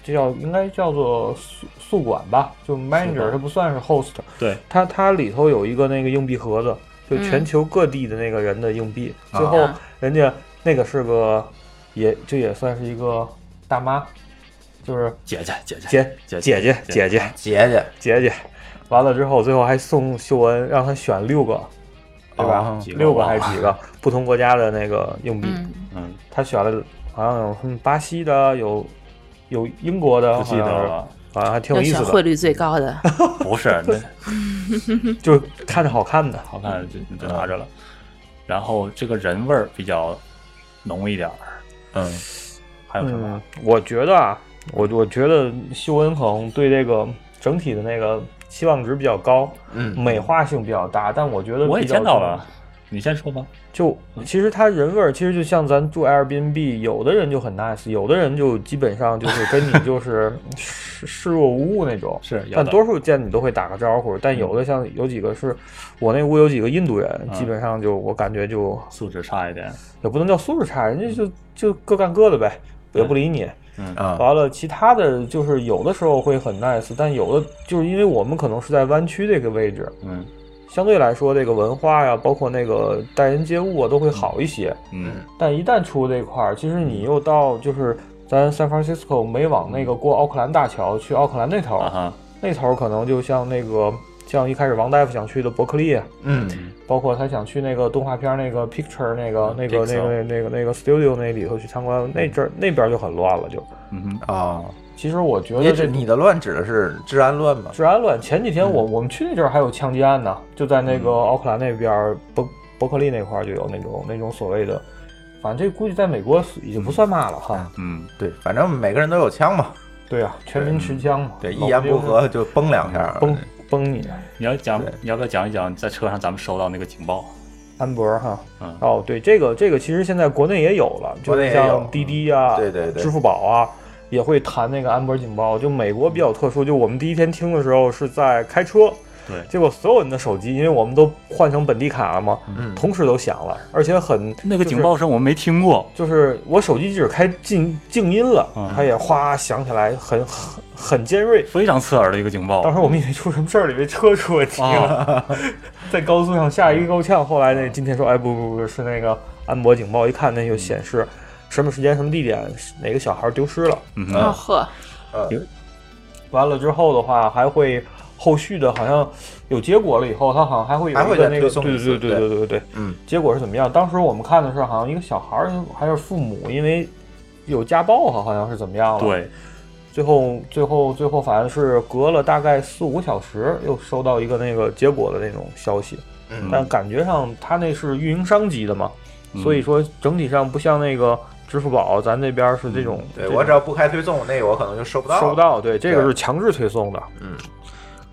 Speaker 3: 这叫应该叫做宿宿管吧，就 manager 它不算是 host，
Speaker 2: 对，
Speaker 3: 它它里头有一个那个硬币盒子，就全
Speaker 4: 嗯
Speaker 3: 球各地的那个人的硬币，
Speaker 1: 啊
Speaker 3: 最后人家那个是个也这也算是一个大妈，就是
Speaker 2: 姐姐姐姐
Speaker 3: 姐
Speaker 2: 哎姐姐
Speaker 3: 姐姐姐姐
Speaker 1: 姐姐
Speaker 3: 姐姐，完了之后最后还送秀恩让他选六个。对吧？
Speaker 1: 哦
Speaker 2: 几个
Speaker 3: 六
Speaker 2: 我
Speaker 3: 个
Speaker 2: 忘
Speaker 3: 还
Speaker 2: 了
Speaker 3: 是 几个不同国家的那个硬币，
Speaker 4: 嗯，
Speaker 2: 嗯，
Speaker 3: 他选了好像有什么巴西的，有有英国的，
Speaker 2: 不记得
Speaker 3: 好像是，
Speaker 2: 了，
Speaker 3: 好像还挺有
Speaker 4: 要
Speaker 3: 意
Speaker 4: 选
Speaker 3: 思
Speaker 4: 汇
Speaker 3: 的，
Speaker 4: 率最 高的，
Speaker 2: 不是，那
Speaker 3: 就是看着好看的。
Speaker 2: 好看
Speaker 3: 嗯
Speaker 2: 就就拿着了。然后这个人味儿比较浓一点儿，
Speaker 1: 嗯
Speaker 2: 还有什么
Speaker 3: 嗯？，我觉得啊，我我觉得秀恩可能对这个整体的那个期望值比较高，
Speaker 1: 嗯
Speaker 3: 美化性比较大，但我觉得
Speaker 2: 我也
Speaker 3: 比较
Speaker 2: 见到了，你先说吧。
Speaker 3: 就其实他人味儿，其实就像咱住 Airbnb，有的人就很 nice，有的人就基本上就是跟你就是 视视若无物那种。
Speaker 2: 是有
Speaker 3: 但
Speaker 2: 的嗯
Speaker 3: 多数见你都会打个招呼，但有的像有几个是我那屋有几个印度人，基本上就我感觉就
Speaker 2: 素质差一点，
Speaker 3: 也不能叫素质差，人家就就各干各的呗，也不理你。
Speaker 2: 嗯
Speaker 1: 啊
Speaker 3: 完了，其他的就是有的时候会很 nice，但有的就是因为我们可能是在湾区这个位置，
Speaker 2: 嗯
Speaker 3: 相对来说这个文化呀，包括那个待人接物啊，都会好一些。
Speaker 2: 嗯
Speaker 3: 但一旦出这块儿，其实你又到就是咱 San Francisco 没往那个过奥克兰大桥去奥克兰那头儿，
Speaker 2: 啊哈，
Speaker 3: 那头儿可能就像那个像一开始王大夫想去的伯克利，
Speaker 1: 嗯
Speaker 3: 包括他想去那个动画片儿那个 Picture 那个那个
Speaker 2: 啊 Pixar
Speaker 3: 那个那个那个 Studio 那里头去参观，那阵儿那边儿就很乱了就。
Speaker 2: 嗯哼，
Speaker 1: 哦，
Speaker 3: 其实我觉
Speaker 1: 你
Speaker 3: 得这
Speaker 1: 指你的乱指的是治安乱吗？
Speaker 3: 治安乱，前几天我、
Speaker 1: 嗯
Speaker 3: 我们去那阵儿还有枪击案呢，就在那个奥克兰那边儿伯伯克利那块儿就有那种那种所谓的，反正这估计在美国已经不算骂了哈。
Speaker 2: 嗯，
Speaker 1: 对，反正每个人都有枪嘛，
Speaker 3: 对啊，全民持枪嘛，
Speaker 1: 对，一
Speaker 3: 老
Speaker 1: 言不嗯
Speaker 3: 兵
Speaker 1: 合就崩两下，
Speaker 3: 崩崩你。啊
Speaker 2: 你要讲
Speaker 3: 对，
Speaker 2: 你要不要讲一讲在车上咱们收到那个警报？
Speaker 3: 安博哈，
Speaker 2: 嗯
Speaker 3: 哦，对，这个这个其实现在国内也有了，就
Speaker 1: 国内
Speaker 3: 是
Speaker 1: 也有嗯
Speaker 3: 像滴滴啊、
Speaker 1: 对对对
Speaker 3: 支付宝啊，也会弹那个安博警报。就美国比较特殊，就我们第一天听的时候是在开车，
Speaker 2: 对
Speaker 3: 结果所有人的手机，因为我们都换成本地卡了嘛，
Speaker 1: 嗯
Speaker 3: 同时都响了，而且很
Speaker 2: 那个警报声我没听过，
Speaker 3: 就是我手机即使开静静音了，
Speaker 2: 嗯
Speaker 3: 它也哗响起来很，很很尖锐。
Speaker 2: 非常刺耳的一个警报
Speaker 3: 当。时我们以为出什么事儿了，以为车出问题了， 在高速上吓一个够呛。后来那今天说，哎，不不不，是那个安博警报，一看那就显示什么时间、什么地点哪个小孩丢失了。
Speaker 2: 嗯哼，
Speaker 4: 啊呵，
Speaker 3: 完了之后的话，还会后续的，好像有结果了以后，他好像还会有
Speaker 1: 还
Speaker 3: 一
Speaker 1: 会
Speaker 3: 个
Speaker 1: 再
Speaker 3: 那个，
Speaker 1: 推
Speaker 3: 对
Speaker 1: 送
Speaker 3: 对
Speaker 1: 一
Speaker 3: 对
Speaker 1: 次
Speaker 3: 对对对对，
Speaker 1: 嗯，
Speaker 3: 结果是怎么样？当时我们看的是好像一个小孩儿还是父母，因为有家暴哈，好像是怎么样了？
Speaker 2: 对，
Speaker 3: 最后最后最后，反正是隔了大概四五小时，又收到一个那个结果的那种消息。
Speaker 1: 嗯
Speaker 3: 但感觉上它那是运营商级的嘛，所以说整体上不像那个支付宝，咱这边是这种。
Speaker 1: 嗯对
Speaker 3: 这种
Speaker 1: 我只要不开推送，那个我可能就收不到。
Speaker 3: 收不。到，对，这个
Speaker 1: 对
Speaker 3: 是强制推送的。
Speaker 1: 嗯，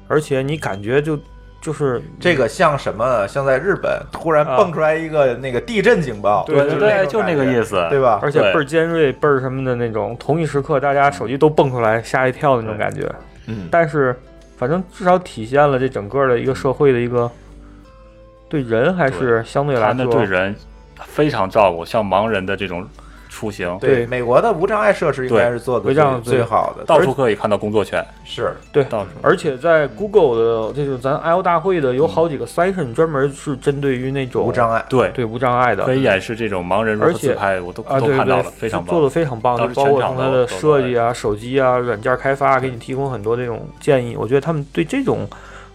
Speaker 3: 而且你感觉就就是
Speaker 1: 这个像什么？像在日本突然
Speaker 3: 啊
Speaker 1: 蹦出来一个那个地震警报，
Speaker 3: 对对
Speaker 2: 对，
Speaker 1: 就
Speaker 2: 就那个意
Speaker 1: 思，
Speaker 2: 思，
Speaker 1: 啊对吧？
Speaker 3: 而且
Speaker 2: 对
Speaker 3: 倍儿尖锐、倍儿什么的那种，同一时刻大家手机都蹦出来，吓一跳的那种感觉。
Speaker 1: 嗯
Speaker 3: 但是反正至少体现了这整个的一个社会的一个对人还是相对
Speaker 2: 他
Speaker 3: 来
Speaker 2: 们
Speaker 3: 说
Speaker 2: 对人非常照顾，像盲人的这种出行，
Speaker 3: 对
Speaker 1: 美国的无障碍设施应该
Speaker 2: 对
Speaker 1: 是做的
Speaker 3: 无障碍
Speaker 1: 最
Speaker 3: 对
Speaker 1: 好的，
Speaker 2: 到处可以看到工作犬，
Speaker 1: 是
Speaker 3: 对
Speaker 2: 到处
Speaker 3: 而且在 Google 的这种咱 I/O 大会的有好几个 session 专门是针对于那种
Speaker 1: 嗯无障碍。啊
Speaker 2: 对，
Speaker 3: 对无障碍的，
Speaker 2: 可以演示这种盲人如何
Speaker 3: 而且
Speaker 2: 自拍，我都
Speaker 3: 啊，
Speaker 2: 都
Speaker 3: 对对
Speaker 2: 看到了，
Speaker 3: 对，
Speaker 2: 非常
Speaker 3: 做的
Speaker 2: 棒。
Speaker 3: 非常棒，
Speaker 2: 当
Speaker 3: 就
Speaker 2: 时
Speaker 3: 包括
Speaker 2: 全场
Speaker 3: 从它
Speaker 2: 都
Speaker 3: 的
Speaker 2: 都
Speaker 3: 设计啊、手机啊、软件开发，给你提供很多这种建议。我觉得他们对这种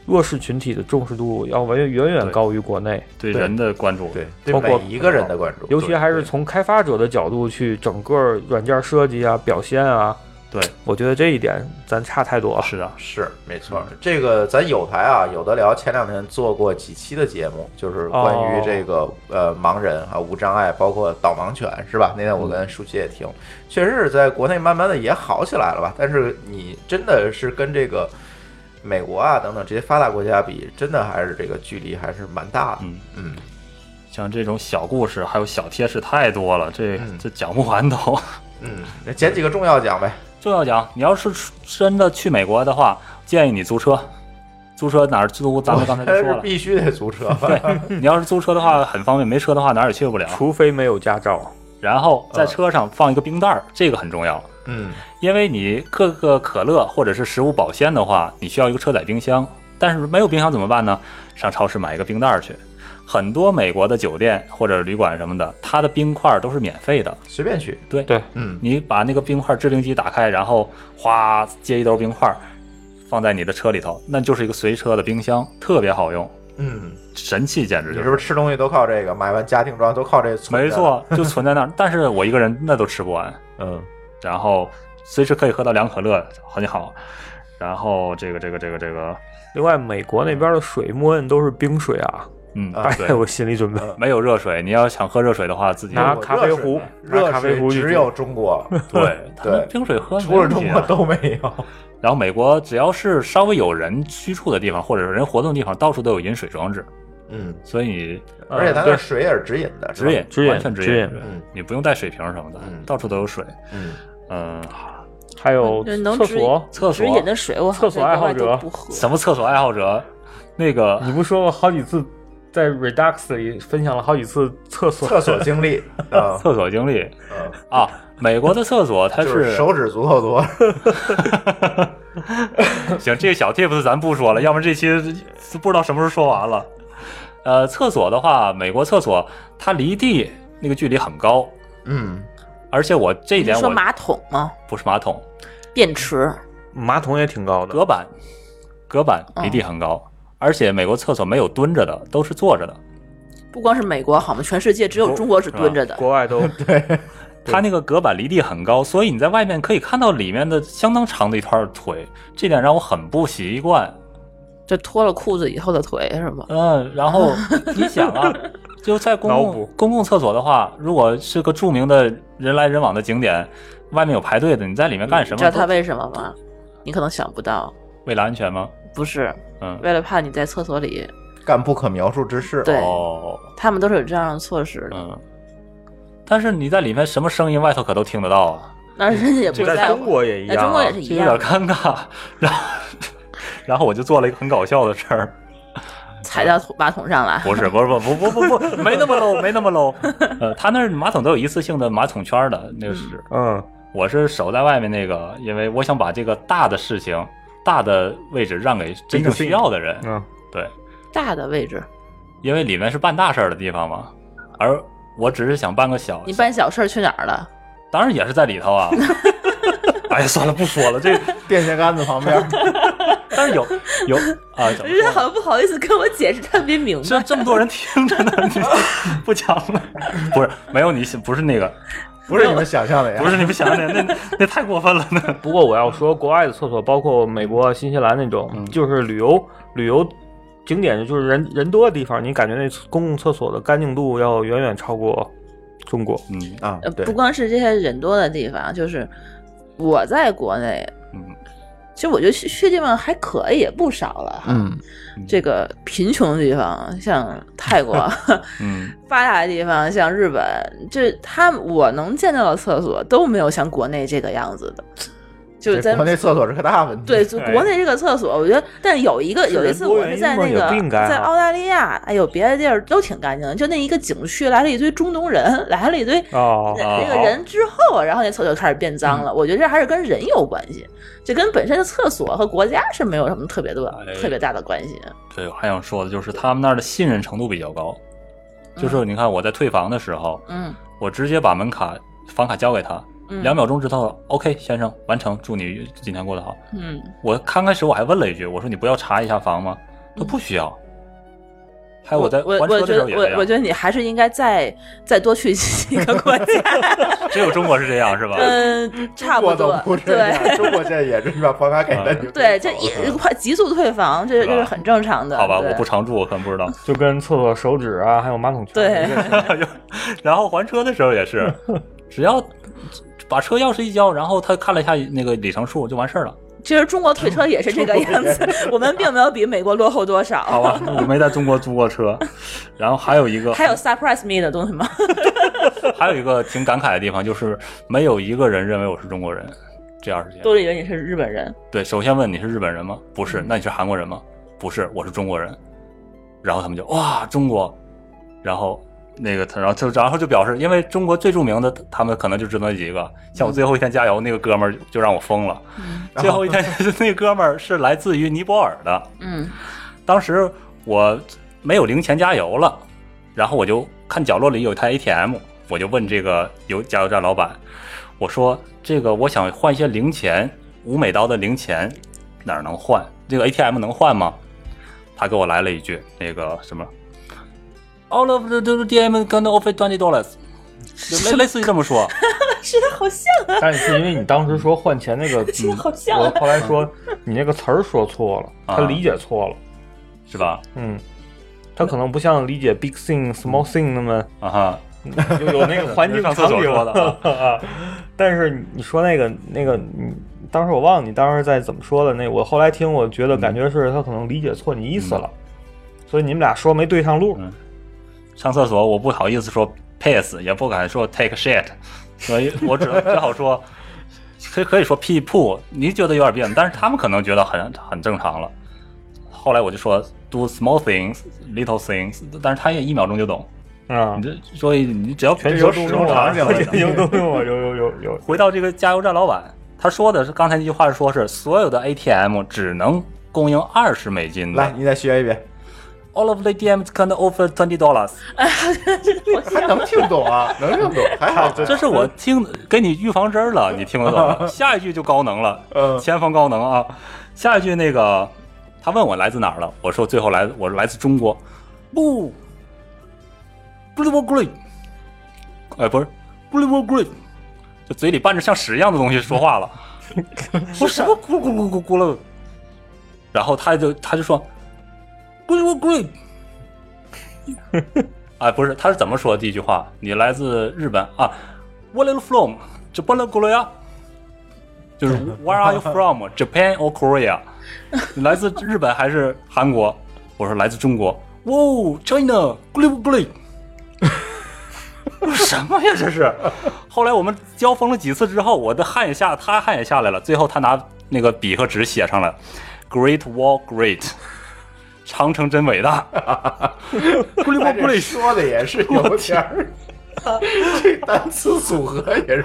Speaker 3: 弱势群体的重视度要远远远远
Speaker 2: 对
Speaker 3: 高于国内，
Speaker 2: 对
Speaker 1: 对
Speaker 2: 人的关注，
Speaker 1: 对，对
Speaker 3: 包括
Speaker 1: 每一个人的关注，
Speaker 3: 尤其
Speaker 1: 对
Speaker 3: 还是
Speaker 1: 对
Speaker 3: 从开发者的角度去整个软件设计啊、表现啊。
Speaker 2: 对，
Speaker 3: 我觉得这一点咱差太多了。
Speaker 2: 是啊，
Speaker 1: 是没错，
Speaker 3: 嗯
Speaker 1: 这个咱有台啊有的聊，前两天做过几期的节目，就是
Speaker 3: 哦
Speaker 1: 关于这个、呃盲人啊无障碍，包括导盲犬是吧？那天
Speaker 3: 嗯
Speaker 1: 我跟舒淇也听，确实是在国内慢慢的也好起来了吧，但是你真的是跟这个美国啊等等这些发达国家比，真的还是这个距离还是蛮大的。
Speaker 2: 嗯，
Speaker 1: 嗯，
Speaker 2: 像这种小故事还有小贴士太多了，这
Speaker 1: 嗯
Speaker 2: 这讲不完都。
Speaker 1: 嗯，那捡几个重要奖呗。
Speaker 2: 就要讲，你要是真的去美国的话，建议你租车，租车哪儿租？
Speaker 3: 哦
Speaker 2: 咱们刚才就
Speaker 1: 但 是
Speaker 2: 说了，
Speaker 1: 必须得租车吧？
Speaker 2: 你要是租车的话很方便，没车的话哪儿也去 不了。
Speaker 3: 除非没有驾照，
Speaker 2: 然后在车上放一个冰袋儿，这个很重要，
Speaker 1: 嗯，
Speaker 2: 因为你各个可乐或者是食物保鲜的话，你需要一个车载冰箱。但是没有冰箱怎么办呢？上超市买一个冰袋儿去。很多美国的酒店或者旅馆什么的，它的冰块都是免费的。
Speaker 1: 随便去。
Speaker 2: 对
Speaker 3: 对，
Speaker 1: 嗯，
Speaker 2: 你把那个冰块制冰机打开，然后哗接一兜冰块，放在你的车里头，那就是一个随车的冰箱，特别好用，
Speaker 1: 嗯，
Speaker 2: 神器简直
Speaker 1: 你
Speaker 2: 就是
Speaker 1: 不是吃东西都靠这个？买完家庭装都靠这？
Speaker 2: 没，错，就存在那儿。但是我一个人那都吃不完，
Speaker 1: 嗯。
Speaker 2: 然后随时可以喝到凉可乐，很好。然后这个这个这个这个，
Speaker 3: 另外美国那边的水默认都是冰水啊，
Speaker 2: 嗯，
Speaker 1: 啊
Speaker 3: 大家
Speaker 2: 对，
Speaker 3: 有心理准备。
Speaker 2: 没有热水，你要想喝热水的话，自己
Speaker 3: 拿
Speaker 1: 我
Speaker 3: 咖啡壶
Speaker 1: 热
Speaker 3: 拿
Speaker 1: 水
Speaker 3: 咖啡壶去
Speaker 1: 只
Speaker 3: 煮
Speaker 1: 有中 国，
Speaker 2: 对，他们
Speaker 1: 对
Speaker 2: 冰水喝没
Speaker 1: 除了
Speaker 2: 问
Speaker 1: 中
Speaker 2: 题
Speaker 1: 国
Speaker 2: 啊
Speaker 1: 都没 有。
Speaker 2: 然后美国只要是稍微有人居住的地方，或者是人活动的地方，到处都有饮水装置，
Speaker 1: 嗯，
Speaker 2: 所以
Speaker 1: 而且咱这水也是直饮的，是吧
Speaker 2: 指引，
Speaker 3: 指引
Speaker 2: 完全指
Speaker 3: 指
Speaker 2: 引
Speaker 3: 引
Speaker 1: 嗯，
Speaker 2: 你不用带水瓶什么的
Speaker 1: 嗯，
Speaker 2: 到处都有水。
Speaker 1: 嗯，
Speaker 2: 嗯，
Speaker 3: 还有
Speaker 4: 嗯能
Speaker 3: 厕
Speaker 4: 指
Speaker 3: 所，
Speaker 2: 厕
Speaker 4: 指
Speaker 2: 所
Speaker 4: 引的水我好
Speaker 3: 厕所爱
Speaker 4: 像
Speaker 3: 好
Speaker 4: 在国
Speaker 3: 者
Speaker 4: 外都不喝。
Speaker 2: 什么厕所爱好者，那个
Speaker 3: 你不说过好几次在 Redux 里分享了好几次厕 所
Speaker 1: 厕所经 历啊
Speaker 2: 厕所经历
Speaker 1: 嗯
Speaker 2: 啊，美国的厕 所它
Speaker 1: 就是
Speaker 2: 是
Speaker 1: 手指足够 多，
Speaker 2: 行，这个小 tips 咱不说了，要不然这期不知道什么时候说完了。呃，厕所的话，美国厕所它离地那个距离很高，
Speaker 1: 嗯，
Speaker 2: 而且我这一
Speaker 4: 你
Speaker 2: 点
Speaker 4: 说
Speaker 2: 我
Speaker 4: 马桶吗？
Speaker 2: 不是马桶
Speaker 4: 便池
Speaker 3: 马桶也挺高的，
Speaker 2: 隔板，隔板
Speaker 4: 哦
Speaker 2: 离地很高，而且美国厕所没有蹲着的，都是坐着的。
Speaker 4: 不光是美国好吗？全世界只有中国是蹲着的。
Speaker 3: 国外 都
Speaker 2: 它那个隔板离地很高，所以你在外面可以看到里面的相当长的一条腿，这点让我很不习惯。
Speaker 4: 就脱了裤子以后的腿是吗？
Speaker 2: 嗯，然后你想 啊，就在公
Speaker 3: 脑
Speaker 2: 共
Speaker 3: 补
Speaker 2: 公共厕所的话，如果是个著名的人来人往的景点，外面有排队的，你在里面干什么？
Speaker 4: 你嗯知道他
Speaker 2: 都
Speaker 4: 为什么吗？你可能想不到，
Speaker 2: 为了安全吗？
Speaker 4: 不是
Speaker 2: 嗯，
Speaker 4: 为了怕你在厕所里，
Speaker 1: 干不可描述之事。啊
Speaker 4: 对
Speaker 2: 哦，
Speaker 4: 他们都是有这样的措施的。
Speaker 2: 嗯，但是你在里面什么声音外头可都听得到啊，
Speaker 4: 但是人家也不
Speaker 3: 这在
Speaker 4: 在
Speaker 3: 中
Speaker 4: 乎，
Speaker 3: 国也一
Speaker 4: 在
Speaker 3: 样啊，
Speaker 4: 中国也是一
Speaker 2: 就有点
Speaker 4: 样的，
Speaker 2: 尴尬。然后，然后我就做了一个很搞笑的事儿，
Speaker 4: 踩到马桶上了。
Speaker 2: 不是，不是，不是不不不不，没那么 low，没那么 low。呃，他那儿马桶都有一次性的马桶圈儿的，那个是。
Speaker 3: 嗯，
Speaker 2: 我是守在外面那个，因为我想把这个大的事情、大的位置让给真正需要的人。
Speaker 3: 嗯，
Speaker 2: 对，
Speaker 4: 大的位置，
Speaker 2: 因为里面是办大事儿的地方嘛，而我只是想办个小，
Speaker 4: 你办小事儿去哪 儿了？
Speaker 2: 当然也是在里头啊。 哎呀，算了，不说了。这
Speaker 1: 电线杆子旁 边，
Speaker 2: 但是有有啊，怎么
Speaker 4: 人家好
Speaker 2: 说呢？
Speaker 4: 像不好意思跟我解释，他没明
Speaker 2: 这
Speaker 4: 白。
Speaker 2: 这么多人听着呢，你不讲 了？不是，没有你想，不是那个，
Speaker 1: 不是你们想象的呀。
Speaker 2: 不是你们想的那那那太过分了呢。
Speaker 3: 不过我要说，国外的厕所，包括美国、新西兰那种，就是旅游旅游景点，就是人人多的地方，你感觉那公共厕所的干净度要远远超过中国。
Speaker 2: 嗯
Speaker 1: 啊
Speaker 4: 呃，
Speaker 1: 对
Speaker 4: 不，光是这些人多的地方，就是我在国内，
Speaker 2: 嗯
Speaker 4: 其实我觉得去去地方还可以，也不少了。
Speaker 1: 嗯，
Speaker 4: 这个贫穷的地方，像 泰国；
Speaker 2: 嗯
Speaker 4: 发达的地方，像日本。这他们我能见到的厕所都没有像国内这个样子的，就是
Speaker 1: 这
Speaker 4: 咱
Speaker 1: 国内厕所是个大问题。
Speaker 4: 对，就
Speaker 2: 哎
Speaker 4: 国内这个厕所，我觉得，但是有一个
Speaker 3: 是
Speaker 4: 有一
Speaker 3: 人
Speaker 4: 次
Speaker 3: 多
Speaker 4: 我
Speaker 3: 原
Speaker 4: 是
Speaker 3: 因
Speaker 4: 在
Speaker 3: 吗
Speaker 4: 那
Speaker 3: 也
Speaker 4: 个
Speaker 3: 不应该啊
Speaker 4: 在澳大利亚，哎呦，别的地儿都挺干净的，就那一个景区来了一堆中东人， 来了一堆
Speaker 3: 哦，
Speaker 4: 那个人之后，然后那厕所就开始变脏了。我觉得这还是跟人有关系，这跟本身的厕所和国家是没有什么特别的
Speaker 2: 哎
Speaker 4: 特别大的关系。
Speaker 2: 对，我还想说的就是他们那儿的信任程度比较高，就是你看我在退房的时候，
Speaker 4: 嗯
Speaker 2: 我直接把门卡房卡交给他，
Speaker 4: 嗯
Speaker 2: 两秒钟之后，OK 先生完成，祝你今天过得好。
Speaker 4: 嗯，
Speaker 2: 我刚开始我还问了一句，我说你不要查一下房吗？他不需要。还有
Speaker 4: 我
Speaker 2: 哎在
Speaker 4: 嗯我
Speaker 2: 还车
Speaker 4: 我
Speaker 2: 的
Speaker 4: 觉
Speaker 2: 时
Speaker 4: 得
Speaker 2: 候也这
Speaker 4: 我我
Speaker 2: 样，
Speaker 4: 觉得你还是应该再再多去几个国家，
Speaker 2: 只有中国 是这样是吧？
Speaker 4: 嗯，差
Speaker 1: 中国
Speaker 4: 不
Speaker 1: 都
Speaker 4: 多
Speaker 1: 不是这
Speaker 4: 对。
Speaker 1: 样，中国现在也是把房卡给
Speaker 2: 啊
Speaker 1: 了啊你们。
Speaker 4: 对，这一快急速退房，这
Speaker 2: 是吧
Speaker 4: 这是很正常的。
Speaker 2: 好吧，
Speaker 4: 对
Speaker 2: 我不常住，我可能不知道。
Speaker 3: 就跟厕所手指啊，还有马桶圈，
Speaker 4: 对，
Speaker 2: 然后还车的时候也是，只要把车钥匙一交，然后他看了一下那个里程数就完事儿了。
Speaker 4: 其实中国退车也是这个样子， 我们并没有比美国落后多少。
Speaker 2: 好吧，我没在中国租过车。然后还有一个，
Speaker 4: 还有 surprise me 的东西吗？
Speaker 2: 还有一个挺感慨的地方，就是没有一个人认为我是中国人，这二十天。
Speaker 4: 都以为你是日本人。
Speaker 2: 对，首先问你是日本人吗？不
Speaker 4: 嗯
Speaker 2: 是，那你是韩国人吗？不是，我是中国人。然后他们就哇，中国，然后那个他，然后就然后就表示，因为中国最著名的，他们可能就知道那几个。像
Speaker 4: 嗯
Speaker 2: 我最后一天加油，那个哥们儿就让我疯了。最后一天， 那哥们儿是来自于尼泊尔的，
Speaker 4: 嗯
Speaker 2: 当时我没有零钱加油了，然后我就看角落里有一台 ATM，我就问这个油加油站老板，我说这个我想换一些零钱，五美刀的零钱哪儿能换？这个 ATM 能换吗？他给我来了一句那个什么，All of the the ATM gonna offer twenty dollars，就类类似于这么说。
Speaker 3: 但是因为你当时说换钱那 个，嗯
Speaker 4: 好啊像
Speaker 3: 我后来说你那个词儿说错了，
Speaker 2: 啊
Speaker 3: 他理解错了，
Speaker 2: 是吧？
Speaker 3: 嗯，他可能不像理解 big thing small thing 那么
Speaker 2: 啊哈，
Speaker 3: 有有那个环境
Speaker 2: 上
Speaker 3: 场
Speaker 2: 厕所
Speaker 3: 景
Speaker 2: 说的
Speaker 3: 啊。 但是你说那个那个，你当时我忘了你当时在怎么说的那，我后来听我觉得感觉是他可能理解错你意思了，所以你们俩说没对上路。
Speaker 2: 嗯上厕所我不好意思说 piss，也不敢说 take shit，所以我只只好说， 可以可以说屁 poo，你觉得有点别扭，但是他们可能觉得很很正常了。后来我就说 do small things, little things，但是他也一秒钟就懂。
Speaker 3: 啊
Speaker 2: 你，这所以你只要
Speaker 3: 全
Speaker 2: 只要
Speaker 3: 球
Speaker 2: 使
Speaker 3: 动
Speaker 2: 用
Speaker 3: 用啊，
Speaker 2: 场景了
Speaker 3: 全球动用 啊，有有有有，
Speaker 2: 回到这个加油站老板，他说的是刚才那句话是说是所有的 ATM 只能供应二十美金的
Speaker 1: 来，你再学一遍，
Speaker 2: ，all of the ATMs can offer twenty dollars。
Speaker 1: 还能听懂啊？能听懂，还 好。
Speaker 2: 这是我听给你预防针儿了，你听得懂吗？下一句就高能了，
Speaker 1: 嗯
Speaker 2: 前方高能啊！下一句那个，他问我来自哪儿了，我说最后来我来自中国，不，不哩不咕哩，哎不是不哩不咕哩，就嘴里伴着像屎一样的东西说话了，我什么咕噜咕噜咕噜咕噜，然后他就他就说咕哩咕哩。啊，不是，他是怎么说第一句话？你来自日本啊，Where are you from？这波兰古罗亚，就是 Where are you from? Japan or Korea？来自日本还是韩国？我说来自中国。哇哦，China，咕哩咕哩。 我说什么呀这是？后来我们交锋了几次之后，我的汗也下，他汗也下来了。最后他拿那个笔和纸写上了 “Great Wall Great”，长城真伟大。 咕哩咕
Speaker 1: 这
Speaker 2: 哩
Speaker 1: 说的也是有点儿，这单词组合也是。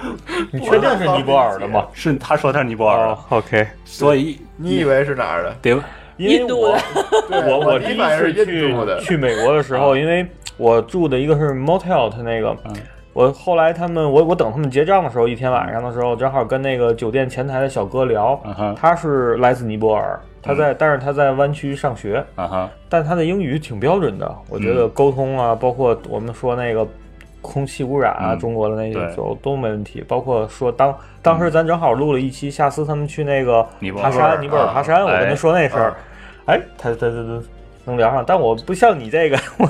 Speaker 3: 你确定是尼泊尔的吗？？
Speaker 2: 是他说他是尼泊尔的，啊
Speaker 3: 哦 ，OK，
Speaker 2: 哦所以
Speaker 1: 你以为是哪儿的？
Speaker 2: 得
Speaker 3: 因为
Speaker 4: 印度的
Speaker 3: 我
Speaker 1: 对
Speaker 3: 我
Speaker 1: 我
Speaker 3: 我
Speaker 1: 第
Speaker 3: 第
Speaker 1: 一
Speaker 3: 一
Speaker 1: 反应
Speaker 3: 次
Speaker 1: 是印
Speaker 3: 去
Speaker 1: 度的啊
Speaker 3: 去美国的时候，因为我住的一个是 motel，它那个。
Speaker 1: 嗯
Speaker 3: 我后来他们，我我等他们结账的时候，一天晚上的时候，正好跟那个酒店前台的小哥聊，
Speaker 2: 嗯哼
Speaker 3: 他是来自尼泊尔，他在，
Speaker 1: 嗯
Speaker 3: 但是他在湾区上学，
Speaker 2: 啊哈，
Speaker 3: 但他的英语挺标准的，
Speaker 2: 嗯
Speaker 3: 我觉得沟通啊，包括我们说那个空气污染啊，
Speaker 2: 嗯
Speaker 3: 中国的那些
Speaker 2: 对
Speaker 3: 酒都没问题。包括说当当时咱正好录了一期夏思他们去那个
Speaker 2: 尼泊尔
Speaker 3: 爬山，尼泊尔爬山，我跟
Speaker 2: 哎
Speaker 3: 他说那事儿，哎，他他他他能聊上，但我不像你这个， 我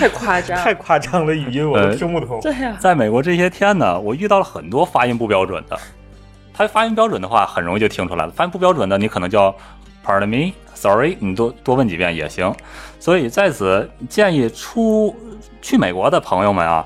Speaker 4: 太夸张了
Speaker 3: 太。夸张了，语音我都
Speaker 2: 呃
Speaker 3: 听不懂。
Speaker 4: 对啊 呀、
Speaker 2: 在美国这些天呢，我遇到了很多发音不标准的。他发音标准的话，很容易就听出来了。发音不标准的，你可能叫 Pardon me, Sorry，你多多问几遍也行。所以在此建议出去美国的朋友们啊，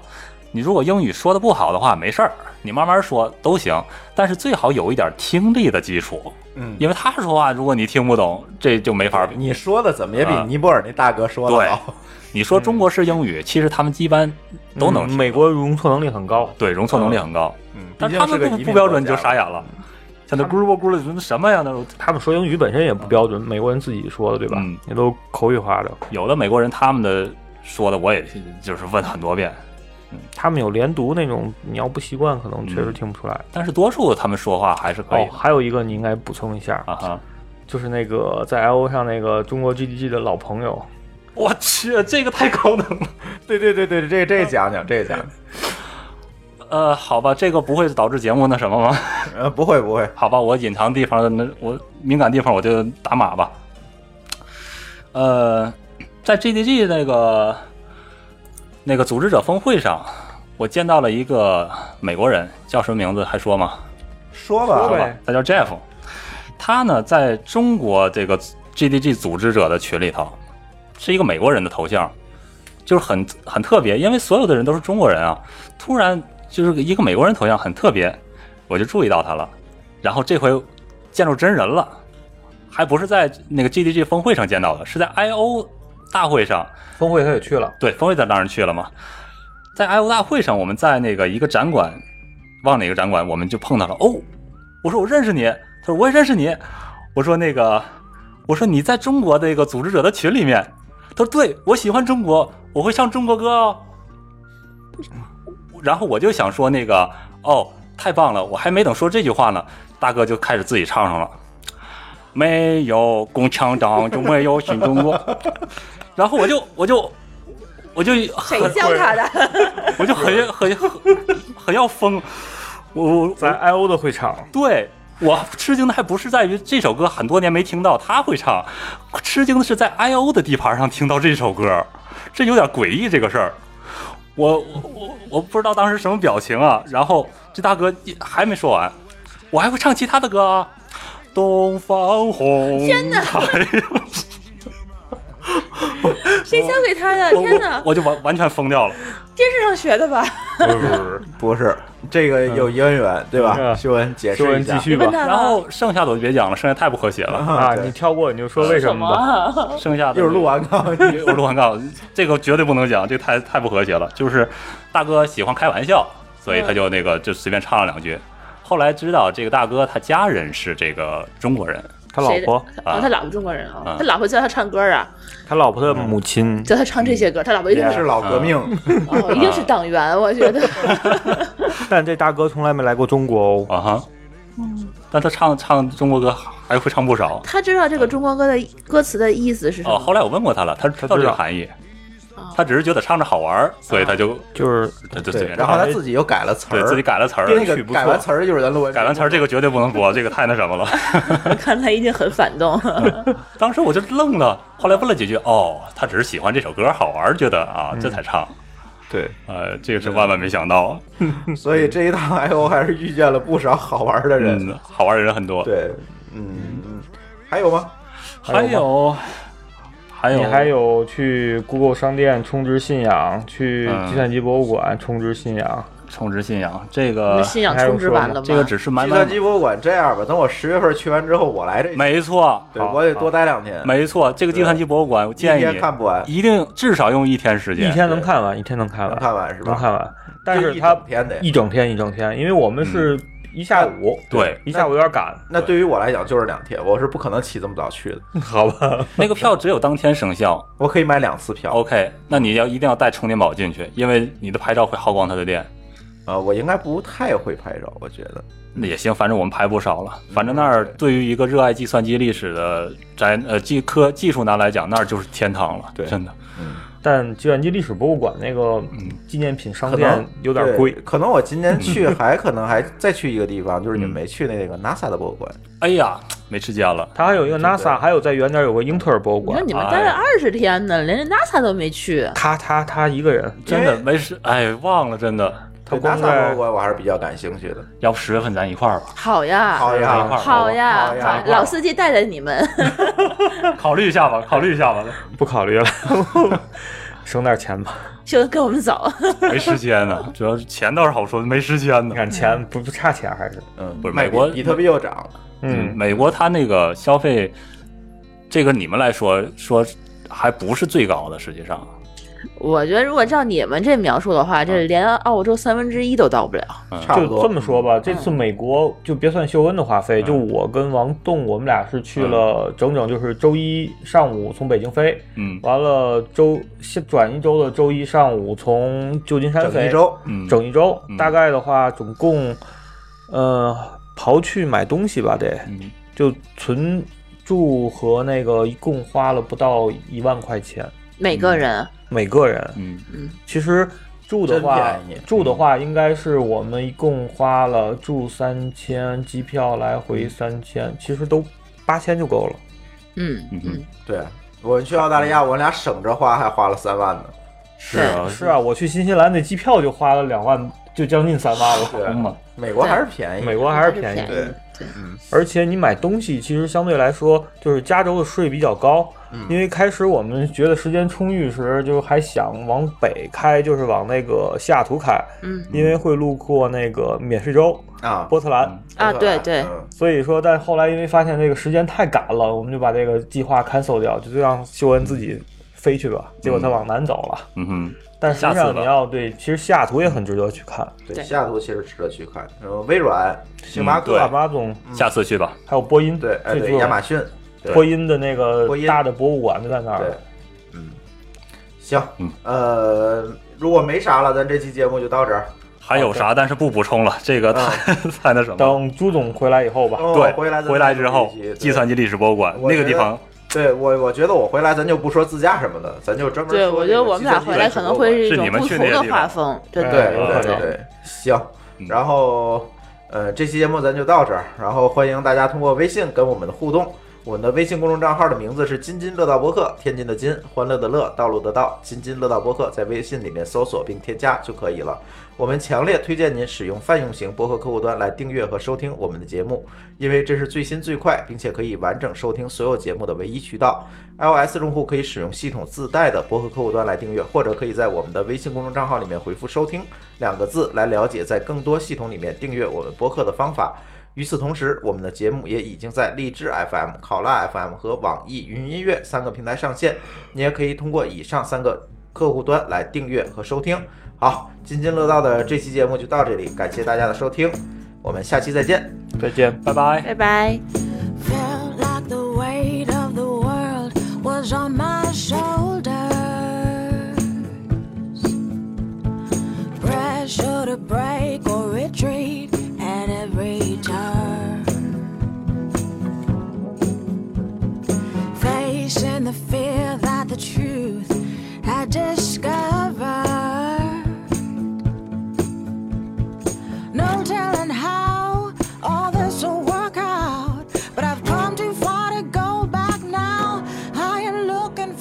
Speaker 2: 你如果英语说的不好的话，没事儿，你慢慢说都行，但是最好有一点听力的基础，
Speaker 1: 嗯，
Speaker 2: 因为他说话，如果你听不懂，这就没法比。
Speaker 1: 你说的怎么也比尼泊尔那大哥说的好。
Speaker 2: 你说中国式英语，其实他们一般都能
Speaker 3: 嗯
Speaker 2: 听
Speaker 3: 美国容错能力很高，
Speaker 2: 对容错能力很高。
Speaker 1: 嗯，毕
Speaker 2: 但
Speaker 1: 竟
Speaker 2: 他
Speaker 1: 是
Speaker 2: 们
Speaker 1: 个
Speaker 2: 不
Speaker 1: 移民
Speaker 2: 不标准你
Speaker 1: 国
Speaker 2: 就
Speaker 1: 家
Speaker 2: 傻眼了，像那咕噜咕噜咕噜什么什么呀？那种
Speaker 3: 他们说英语本身也不标准，美国人自己说的对吧
Speaker 2: 嗯？
Speaker 3: 也都口语化的。
Speaker 2: 有的美国人他们的说的我也是就是问很多遍，
Speaker 3: 他们有连读那种，你要不习惯，可能确
Speaker 2: 嗯
Speaker 3: 实听不出来。
Speaker 2: 但是多数他们说话还是可以
Speaker 3: 哦，
Speaker 2: 的
Speaker 3: 还有一个你应该补充一下，
Speaker 2: 啊哈。
Speaker 3: 就是那个在 L O 上那个中国 G D G 的老朋友，
Speaker 2: 我去，这个太高能了。
Speaker 1: 对对对对，这这讲讲这讲讲，
Speaker 2: 呃，好吧，这个不会导致节目那什么吗？
Speaker 1: 呃，不会不会，
Speaker 2: 好吧，我隐藏地方的那我敏感地方我就打码吧。呃，在 GDG 那个那个组织者峰会上，我见到了一个美国人，叫什么名字还说吗？
Speaker 1: 说吧，
Speaker 3: 说
Speaker 1: 吧
Speaker 3: 吧
Speaker 2: 他叫 Jeff，他呢在中国这个 GDG 组织者的群里头是一个美国人的头像，就是很很特别，因为所有的人都是中国人啊，突然就是一个美国人头像很特别，我就注意到他了，然后这回见着真人了，还不是在那个 GDG 峰会上见到的，是在 IO 大会上。
Speaker 3: 峰会他也去了，
Speaker 2: 对，峰会咱当然去了嘛。在 I O 大会上，我们在那个一个展馆，忘了哪个展馆，我们就碰到了。哦，我说我认识你，他说我也认识你。我说那个，我说你在中国的一个组织者的群里面，他说对我喜欢中国，我会唱中国歌哦。然后我就想说那个，哦，太棒了！我还没等说这句话呢，大哥就开始自己唱上了。没有共产党就没有新中国， 然后我就我就我就
Speaker 4: 谁教他的？
Speaker 2: 我就很很很很要疯，我我
Speaker 3: 在 I O 的会 场，
Speaker 2: 对我吃惊的还不是在于这首歌很多年没听到他会唱，吃惊的是在 I O 的地盘上听到这首歌，这有点诡异这个事儿。我我我我不知道当时什么表情啊，然后这大哥一还没说完，我还会唱其他的歌啊，《东方红》真的，
Speaker 4: 谁教给他的？
Speaker 2: 我
Speaker 4: 天
Speaker 2: 我
Speaker 4: 哪，
Speaker 2: 我就完完全疯掉了。
Speaker 4: 电视上学的吧？
Speaker 1: 不是这个有渊源对吧？
Speaker 3: 嗯
Speaker 1: 秀恩解
Speaker 3: 说
Speaker 1: 释
Speaker 3: 完
Speaker 1: 一
Speaker 3: 继
Speaker 1: 下，
Speaker 3: 续
Speaker 4: 问
Speaker 3: 吧。
Speaker 4: 他
Speaker 2: 然
Speaker 4: 吧
Speaker 2: 后剩下的我就别讲了，剩下太不和谐了。
Speaker 3: 啊，
Speaker 1: 对
Speaker 3: 你跳过你就说为什么吧。
Speaker 4: 啊？
Speaker 2: 剩下的
Speaker 1: 一会儿录完告诉你，
Speaker 2: 呃我录完告诉你这个绝对不能讲，这个太太不和谐了。就是大哥喜欢开玩笑，所以
Speaker 4: 嗯
Speaker 2: 他就那个就随便唱了两句。后来知道这个大哥他家人是这个中国人，
Speaker 3: 他老婆，
Speaker 2: 啊
Speaker 4: 哦，他老婆中国人啊
Speaker 2: 啊，
Speaker 4: 他老婆教他唱歌啊，
Speaker 3: 他老婆的母 亲，
Speaker 4: 教他唱这些歌，他老婆一定
Speaker 1: 也
Speaker 4: 是
Speaker 1: 是老革命，
Speaker 4: 哦，一定是党员，我觉得。
Speaker 3: 但这大哥从来没来过中国哦。
Speaker 2: 啊哈，
Speaker 4: 嗯
Speaker 2: 但他唱唱中国歌还会唱不少。
Speaker 4: 他知道这个中国歌的歌词的意思是什
Speaker 2: 哦，
Speaker 4: 么？哦
Speaker 2: 后来我问过他了，他知道这个含义，他只是觉得唱着好玩儿，所以他就
Speaker 3: 就是
Speaker 2: 他就随
Speaker 1: 对，然
Speaker 2: 便唱
Speaker 1: 后他自己又改了词
Speaker 2: 嗯对
Speaker 1: 儿，
Speaker 2: 自己改了词儿，
Speaker 1: 那
Speaker 3: 曲
Speaker 1: 个
Speaker 3: 不
Speaker 1: 改
Speaker 3: 错
Speaker 1: 完词儿就是咱录完
Speaker 2: 改完词儿这个绝对不能播，这个太那什么了。
Speaker 4: 看他一定很反动。
Speaker 2: 当时我就愣了，后来问了几句，哦，他只是喜欢这首歌好玩儿，觉得啊这才唱。
Speaker 1: 对，
Speaker 2: 呃，这个是万万没想到，
Speaker 1: 所以这一趟 I O 还是遇见了不少好玩的人。
Speaker 2: 嗯，好玩的人很多。，
Speaker 1: 对，嗯嗯，还有吗？
Speaker 2: 还有，还有，
Speaker 3: 你还有去 Google 商店充值信仰，去
Speaker 2: 嗯
Speaker 3: 计算机博物馆充值信仰，
Speaker 2: 充值信仰这
Speaker 4: 你
Speaker 2: 个
Speaker 4: 们，信仰
Speaker 3: 还有
Speaker 4: 充值
Speaker 3: 说
Speaker 4: 版
Speaker 3: 呢
Speaker 4: 了吗？
Speaker 2: 这个只是买
Speaker 1: 计
Speaker 2: 买
Speaker 1: 算，机博物馆这样吧，等我十月份去完之后，我来这。
Speaker 2: 没错，
Speaker 1: 对，我得多待两天，
Speaker 2: 没错，这个计算机博物馆，我
Speaker 1: 一
Speaker 2: 建
Speaker 1: 天
Speaker 2: 议
Speaker 1: 看不完，
Speaker 2: 一定至少用一天时间，
Speaker 3: 一天能看完，一天能看
Speaker 1: 能
Speaker 3: 完，
Speaker 1: 看完是吧？
Speaker 3: 能看完。但
Speaker 1: 就是一
Speaker 3: 它
Speaker 1: 整天得
Speaker 3: 一整天一整天，因为我们是一下午，
Speaker 2: 对
Speaker 3: 一下午有点赶，
Speaker 1: 那对于我来讲就是两天，我是不可能起这么早去的。
Speaker 3: 好吧？
Speaker 2: 那个票只有当天生效。
Speaker 1: 我可以买两次票啊、
Speaker 2: OK，那你要一定要带充电宝进去，因为你的拍照会耗光它的电。
Speaker 1: 呃我应该不太会拍照，我觉得。
Speaker 2: 那也行，反正我们拍不少了。反正那儿嗯对于一个热爱计算机历史的宅呃技科技术男来讲，那儿就是天堂了，
Speaker 1: 对
Speaker 2: 真的。
Speaker 3: 但计算机历史博物馆那个纪念品商
Speaker 1: 嗯可能
Speaker 3: 店有点贵
Speaker 1: 对，可能我今年去还可能还再去一个地方，就是你们没去那个 NASA 的博物馆。
Speaker 2: 哎呀，没时间了。
Speaker 3: 它还有一个 NASA，还有在远点有个英特尔博物
Speaker 4: 你说
Speaker 3: 馆。
Speaker 4: 你们待了
Speaker 2: 哎
Speaker 4: 二十天呢，连这 NASA 都没去，
Speaker 3: 他他他一个人，
Speaker 2: 真的没时，哎，忘了，真的。
Speaker 3: 他
Speaker 1: 对
Speaker 3: 光
Speaker 1: NASA 博
Speaker 3: 在
Speaker 1: 物馆我还是比较感兴趣的。
Speaker 2: 要不十月份咱一块儿吧，
Speaker 4: 好呀，
Speaker 1: 好
Speaker 2: 咱一块
Speaker 1: 呀，
Speaker 2: 儿
Speaker 4: 好
Speaker 1: 好呀
Speaker 4: 呀
Speaker 1: 好呀，
Speaker 4: 老司机带带你们，
Speaker 2: 考虑一下吧，考虑一下吧，
Speaker 3: 不考虑了， 省点钱吧。
Speaker 4: 就跟我们走。
Speaker 2: 没时间呢，主要是钱倒是好说，没时间呢
Speaker 3: 你。看
Speaker 4: 嗯
Speaker 3: 钱不不差钱还是，
Speaker 1: 嗯，
Speaker 2: 不是
Speaker 1: 卖
Speaker 2: 美国
Speaker 1: 比比特币又涨了，
Speaker 2: 嗯，，美国它那个消费，这个你们来说说还不是最高的，实际上，
Speaker 4: 我觉得如果照你们这描述的话，这连澳洲三分之一都到不了。
Speaker 1: 差不
Speaker 3: 就
Speaker 1: 多。嗯
Speaker 3: 这么说吧，这次美国就别算秀恩的花费，
Speaker 2: 嗯
Speaker 3: 就我跟王栋，我们俩是去
Speaker 1: 嗯
Speaker 3: 了整整就是周一上午从北京飞，
Speaker 2: 嗯
Speaker 3: 完了周先转一周的周一上午从旧金山
Speaker 1: 整
Speaker 3: 飞，
Speaker 1: 一周，
Speaker 2: 嗯，
Speaker 3: 整一周
Speaker 2: 嗯，
Speaker 3: 大概的话总共，呃，刨去买东西吧，得
Speaker 2: 嗯
Speaker 3: 就存住和那个一共花了不到一万块钱
Speaker 4: 每个人，
Speaker 3: 每个人，
Speaker 2: 嗯
Speaker 3: 其实住的话
Speaker 1: 真便宜，
Speaker 3: 住的话应该是我们一共花了住三千，机票来
Speaker 2: 嗯
Speaker 3: 回三千，其实都八千就够了。
Speaker 4: 嗯
Speaker 2: 嗯
Speaker 4: 嗯
Speaker 2: 哼，
Speaker 1: 对我们去澳大利亚，我们俩省着花还花了三万呢。
Speaker 2: 是啊，
Speaker 3: 是啊，我去新西兰那机票就花了两万，就将近三万了。
Speaker 1: 对
Speaker 2: 疯了，
Speaker 1: 美国还是便宜，
Speaker 3: 美国还是便宜，
Speaker 4: 宜，对，
Speaker 3: 而且你买东西其实相对来说，就是加州的税比较高。
Speaker 1: 嗯
Speaker 3: 因为开始我们觉得时间充裕时，就还想往北开，就是往那个西雅图开，
Speaker 4: 嗯
Speaker 3: 因为会路过那个免税州
Speaker 1: 啊，
Speaker 3: 波特兰。
Speaker 4: 啊，对对，
Speaker 1: 嗯
Speaker 3: 所以说，但后来因为发现这个时间太赶了，我们就把这个计划 cancel 掉，就让秀恩自己飞去
Speaker 1: 嗯
Speaker 3: 吧。结果他往南走了，
Speaker 2: 嗯哼，
Speaker 3: 但实际
Speaker 2: 下次
Speaker 3: 上
Speaker 2: 吧
Speaker 3: 你要对，其实西雅图也很值得去看，
Speaker 1: 对，
Speaker 4: 对
Speaker 1: 西雅图其实值得去看，然后微软、
Speaker 2: 嗯
Speaker 1: 星巴克
Speaker 2: 对
Speaker 3: 大，巴总
Speaker 2: 下次去吧，
Speaker 3: 还有波音，
Speaker 1: 对，哎
Speaker 3: 这
Speaker 1: 对，
Speaker 3: 座
Speaker 1: 亚马逊，对
Speaker 3: 波音的那个
Speaker 1: 波音
Speaker 3: 大的博物馆就在那
Speaker 1: 对
Speaker 3: 儿。，
Speaker 1: 嗯，行
Speaker 2: 啊嗯，
Speaker 1: 呃，如果没啥了，咱这期节目就到这
Speaker 2: 啊
Speaker 1: 儿。
Speaker 2: 还有啥，但是不补充了，这个太 太那什么了。
Speaker 3: 等朱总回来以后吧，
Speaker 1: 等我
Speaker 2: 对，
Speaker 1: 哦回来咱
Speaker 2: 回来之后
Speaker 1: 再录一，期
Speaker 2: 计算，机历史博物馆
Speaker 1: 对我
Speaker 2: 那个
Speaker 1: 觉
Speaker 2: 地
Speaker 1: 得
Speaker 2: 方
Speaker 1: 对我我觉得我回来咱就不说自驾什么的，咱就专门
Speaker 4: 对，
Speaker 1: 说
Speaker 4: 我
Speaker 1: 这
Speaker 4: 觉得
Speaker 1: 个
Speaker 4: 我们
Speaker 1: 计
Speaker 4: 俩
Speaker 1: 算机
Speaker 4: 回来
Speaker 1: 历史
Speaker 4: 可
Speaker 1: 博
Speaker 4: 能
Speaker 1: 物馆
Speaker 4: 会是一种
Speaker 2: 是你们
Speaker 4: 不
Speaker 2: 去
Speaker 4: 同
Speaker 2: 那
Speaker 4: 的
Speaker 2: 个地方
Speaker 4: 画风，对
Speaker 3: 哎
Speaker 1: 对
Speaker 3: 有可
Speaker 1: 对对
Speaker 3: 能
Speaker 1: 对，行
Speaker 2: 嗯。
Speaker 1: 然后，呃，这期节目咱就到这儿。然后欢迎大家通过微信跟我们互动。我们的微信公众账号的名字是“津津乐道播客”，天津的津，欢乐的乐，道路的道，津津乐道播客，在微信里面搜索并添加就可以了。我们强烈推荐您使用泛用型播客客户端来订阅和收听我们的节目，因为这是最新最快，并且可以完整收听所有节目的唯一渠道。iOS 用户可以使用系统自带的播客客户端来订阅，或者可以在我们的微信公众账号里面回复“收听”两个字来了解在更多系统里面订阅我们播客的方法。与此同时，我们的节目也已经在荔枝 FM、考拉 FM 和网易云音乐三个平台上线，你也可以通过以上三个客户端来订阅和收听。好，津津乐道的这期节目就到这里，感谢大家的收听，我们下期再见。
Speaker 3: 再见。
Speaker 2: 拜拜。
Speaker 4: 拜拜。
Speaker 5: Felt like the weight of the world was on my shoulders. Pressure to break or retreat at every turn. Facing the fear that the truth had discovered. No telling how all this will work out. But I've come too far to go back now. I am looking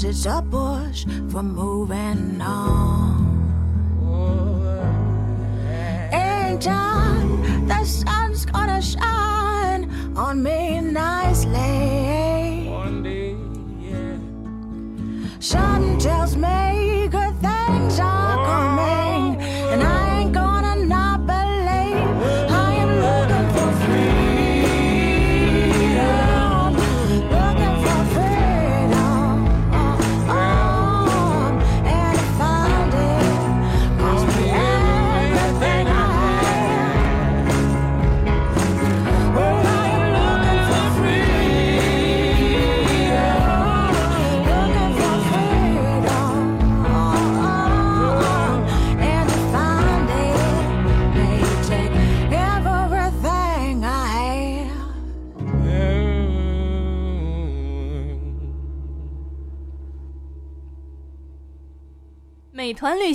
Speaker 4: it's a push for moving on. In time, the sun's gonna shine on me nicely. Something tells me good things are coming, and I ain't gonna not believe. I am looking for freedom, looking for freedom, and to find it must be everything I am. Well, I am looking for freedom. Looking for freedom, Oh, and to find it may take everything I have.
Speaker 6: 美团旅